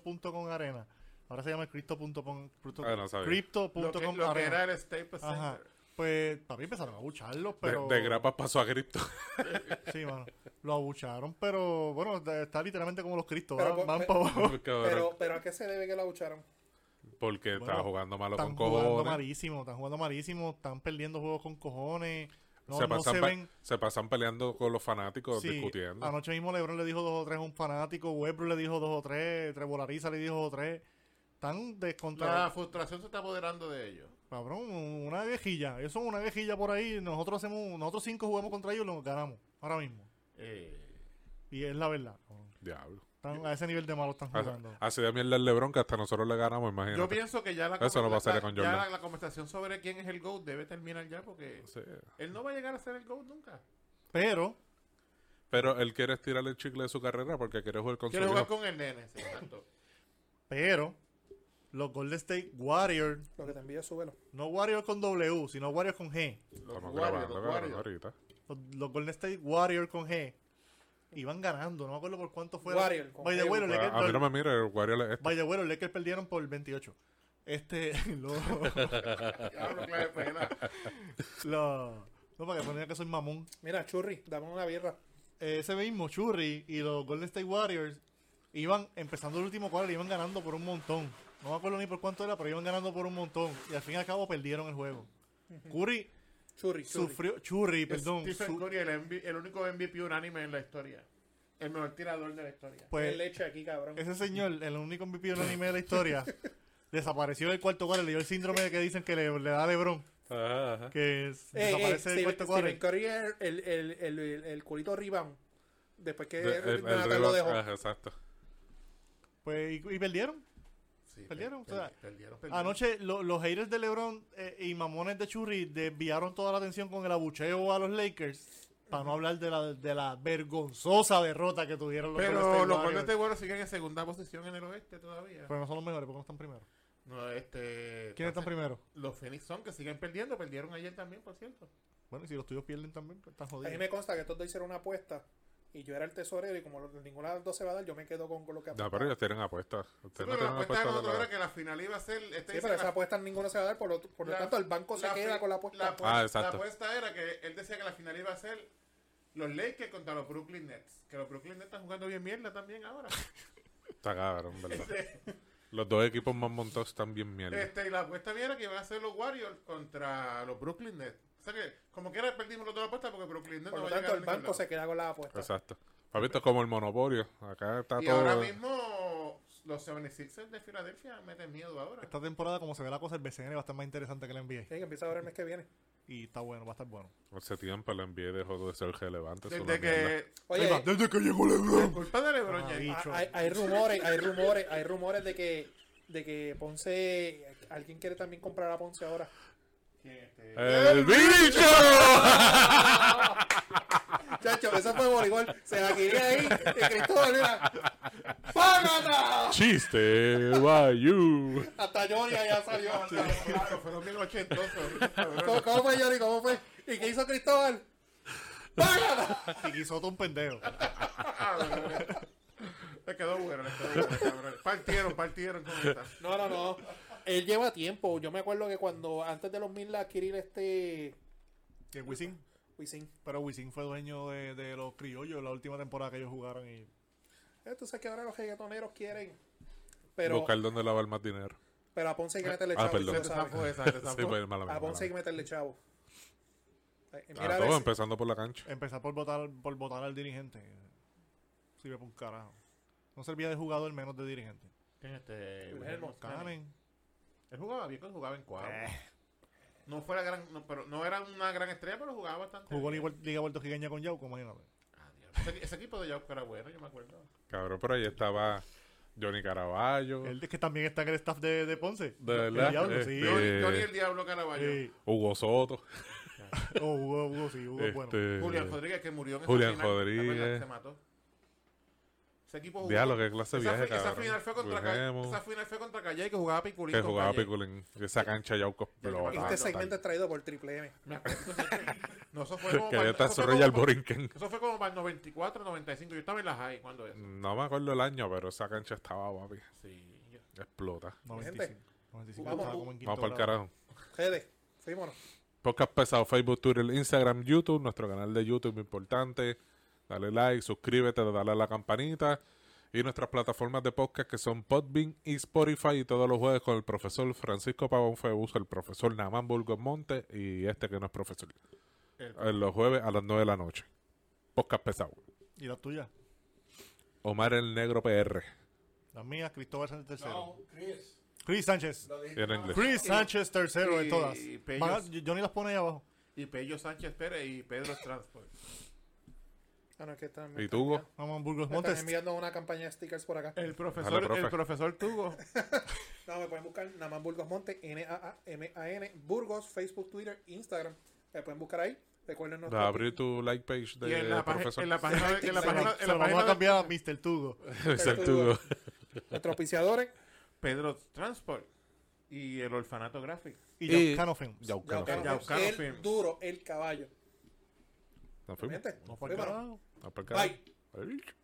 Crypto.com Arena. Ahora se llama Crypto.com Crypto- Ah, no sabía. Lo que, Crypto.com lo que era Arena. el Staples Center. Ajá. Pues papi empezaron a abucharlos, De, pero... de grapas pasó a [LAUGHS] [LAUGHS] cripto. Sí, mano. Lo abucharon, pero bueno, de- está literalmente como los cristos. Pero, pues, Van, van pe- [LAUGHS] para abajo. Pero, pero ¿a qué se debe que la abucharon? porque Bueno, estaba jugando malo Están con jugando cojones. malísimo, están jugando malísimo, están perdiendo juegos con cojones. No se, no pasan se pe- ven... se pasan peleando con los fanáticos, Sí, ah, discutiendo. Anoche mismo LeBron le dijo dos o tres a un fanático, Westbrook le dijo dos o tres, Trebolariza le dijo dos o tres. Están La descontrolados. frustración se está apoderando de ellos. Cabrón, una viejilla. Eso es una viejilla por ahí. Nosotros hacemos, nosotros cinco jugamos contra ellos y los ganamos ahora mismo. Eh, Y es la verdad. cabrón. Diablo. Están a ese nivel de malo están jugando. Así de mierda el LeBron que hasta nosotros le ganamos, imagínate. Yo pienso que ya la, Eso no conversa- pasaría con ya Jordan. la- la conversación sobre quién es el GOAT debe terminar ya porque Sí. él no va a llegar a ser el GOAT nunca. Pero, Pero él quiere estirar el chicle de su carrera porque quiere jugar con su Quiere jugar hijo. con el nene, sí, exacto. pero, los Golden State Warriors, Lo que te envía, súbelo. no Warriors con W, sino Warriors con G. Los Estamos Warriors, grabando, los cabrón, Warriors. ahorita. Los, los Golden State Warriors con G. Iban ganando, no me acuerdo por cuánto fue. Warrior con By the G, way, los Pero Lakers- Ah, a mí no me mire, el Wario le- By the way, los Lakers perdieron por 28. Este, [LAUGHS] lo, Diablo, clase de pena. [LAUGHS] lo- no, para que ponía que soy mamón. Mira, Churri, dame una birra. Ese mismo, Churri y los Golden State Warriors iban, empezando el último cuadro, iban ganando por un montón. No me acuerdo ni por cuánto era, pero iban ganando por un montón. Y al fin y al cabo perdieron el juego. Curry Churri, Churri. sufrió, Churri, perdón. Stephen su- Curry, el, MV el único MVP unánime en la historia. El mejor tirador de la historia. Qué pues leche aquí, cabrón. ese señor, el único MVP del anime de la [LAUGHS] historia, desapareció del cuarto cuadro. Le dio el síndrome que dicen que le, le da a Lebron. Ajá, ajá. Que es- Ey, ey, desaparece del Eh, Steven, cuarto cuadro. Stephen Curry es el, el, el, el, el culito rebound. Después que De- el- el Nathan lo reloj- ah. dejó. ajá, exacto. Pues, y- y perdieron. Sí, Perdieron, per- o sea, per- perdieron, perdieron. Anoche lo- los haters de LeBron eh, y mamones de Churri desviaron toda la atención con el abucheo a los Lakers para no hablar de la, de la vergonzosa derrota que tuvieron los Golden Pero State los Warriors. Golden State Warriors siguen en segunda posición en el oeste todavía. Pero no son los mejores, porque no están primero. No, este. ¿Quiénes están entonces, primero? Los Phoenix son que siguen perdiendo. Perdieron ayer también, por cierto. Bueno, y si los tuyos pierden también, pues están A mí jodidos. me consta que estos dos hicieron una apuesta y yo era el tesorero y como lo- ninguna de las dos se va a dar, yo me quedo con con lo que No, pero ellos tienen apuestas. Ustedes no pero tienen la apuesta de apuestas de nosotros la- era que la final iba a ser. Este Sí, pero esa apuesta ninguna se va a dar, por lo, por lo La- tanto el banco se la queda fi- con la La apuesta. apu- Ah, la exacto. apuesta era que él decía que la final iba a ser los Lakers contra los Brooklyn Nets. Que los Brooklyn Nets están jugando bien mierda también ahora. Está cabrón, [LAUGHS] ¿verdad? Los dos equipos más montados están bien mierda. este, y la apuesta mía era que iban a ser los Warriors contra los Brooklyn Nets. O sea que, como quiera, perdimos los dos apuestas porque Brooklyn Nets Por no lo va a tanto llegar a el ningún banco lado. se queda con la apuesta. Exacto. Papi, esto es como el monopolio. Acá está Y todo. ahora mismo, los 76ers de Filadelfia meten miedo ahora. Esta temporada, como se ve la cosa, el BCN va a estar más interesante que la NBA. Sí, que empieza ahora el mes que viene. Y está bueno, va a estar bueno. Hace tiempo la NBA dejó de ser relevante. es una Desde mierda. que. Oye, Oiga, desde que llegó LeBron. Culpa de LeBron Ah, James. bicho. hay, hay rumores, hay rumores, hay rumores de que de que Ponce alguien quiere también comprar a Ponce ahora. Que, este, ¡El bicho! [LAUGHS] Chacho, eso fue voleibol. Se la quería ahí de Cristóbal, mira. ¡Págata! ¡Chiste, Bayou! Hasta Johnny allá salió. claro, fueron bien ochentosos. [LAUGHS] ¿Cómo, cómo fue Johnny? ¿Cómo fue? ¿Y qué hizo Cristóbal? ¡Págata! Y quiso todo un pendejo. ah, Le quedó bueno, le quedó bueno, cabrón. Partieron, partieron con esta. No, no, no. Él lleva tiempo. Yo me acuerdo que cuando antes de los mil adquirir este Y el Wisin. Wisin. Pero Wisin fue dueño de, de los criollos la última temporada que ellos jugaron. Y Eh, Tú sabes que ahora los reggaetoneros quieren. Pero, Buscar dónde lavar más dinero. pero a Ponce hay que meterle Ah, chavo. perdón. tú lo Se zafó sabes. esa, se Sí, zafó. pues, mala mía, A mala Ponce hay que mía. meterle chavo. Eh, Mira, A a todo, ver si- empezando por la cancha. Empezar por votar por votar al dirigente. Sirve por un carajo. No servía de jugador menos de dirigente. ¿Quién es este? Wilhelmo Wilhelmo Scanning. Canen. Él jugaba bien cuando jugaba en cuadro. Eh. No fue la gran, no, pero no era una gran estrella, pero jugaba bastante. Jugó en bien. igual- Liga Puertorriqueña con Yauco, imagínate. Ah, Dios. Ese, ese equipo de Yauco era bueno, yo me acuerdo. Cabrón, pero ahí estaba Johnny Caraballo. Él es que también está en el staff de, de Ponce. De verdad, Diablo, este, sí. Yo Eh. Johnny el Diablo Caraballo. Sí. Hugo Soto. Oh, Hugo, Hugo, sí, Hugo es bueno. este, Julián Rodríguez, que murió en esa Julián final. ¿Te acuerdas? Rodríguez. Se mató. Ese equipo jugó. Diablo, qué clase de esa, viaje, fi- esa cabrón. final fue contra Calle. Wilhelmo, Esa final fue contra Calle que jugaba Piculín. que con jugaba Calle. Piculín. Esa cancha Yauco. acuerdo. Este explotaba. segmento es traído por Triple M. Me acuerdo. [LAUGHS] No, eso fue como Que para- ya está eso fue Soraya como para- Borinquen. Eso fue como para el 94, 95. Yo estaba en la high cuando eso. No me acuerdo el año, pero esa cancha estaba, papi. Sí. yo- Explota. 95. Gente. 95 Vamos, estaba como Vamos en quinto para el grado. carajo. Jede, fuímonos. Podcast pesado, Facebook, Twitter, Instagram, YouTube, nuestro canal de YouTube importante. Dale like, suscríbete, dale a la campanita. Y nuestras plataformas de podcast que son Podbean y Spotify. Y todos los jueves con el profesor Francisco Pavón Febus, el profesor Namán Burgos Monte y este que no es profesor. El- Eh, Los jueves a las 9 de la noche. Podcast pesado. ¿Y la tuya? Omar el Negro PR. La mía, Cristóbal Sánchez tercero. Chris. Chris Sánchez. Lo dije. En inglés. Chris Sánchez tercero y- en todas. y Pellos. Van a- Johnny las pone ahí abajo. Y Pello Sánchez Pérez y Pedro Transport. Ah, no, es que están, ¿Y tú, Hugo? Vamos a Burgos me están Montes. enviando una campaña de stickers por acá. El profesor, Dale, profe. el profesor Tugo. No, me pueden buscar nada más Burgos Montes, N-A-A-M-A-N, Burgos, Facebook, Twitter, Instagram. Me pueden buscar ahí. Recuerden De abrir tu like page Y de en la, página- profesor. en la página de- en la Se lo- página- se en lo la vamos a página de cambiar a Mr. Tugo. Ser tú. nuestros auspiciadores. Pedro Transport y el Orfanato Graphic. Y Y- Yaucano Films. Yaucano. Yaucano Yaucano Films, el Films. duro, el caballo. Nos fuimos. Gente, No fue fuímonos. carajo. Nos parcamos. Bye. Ay.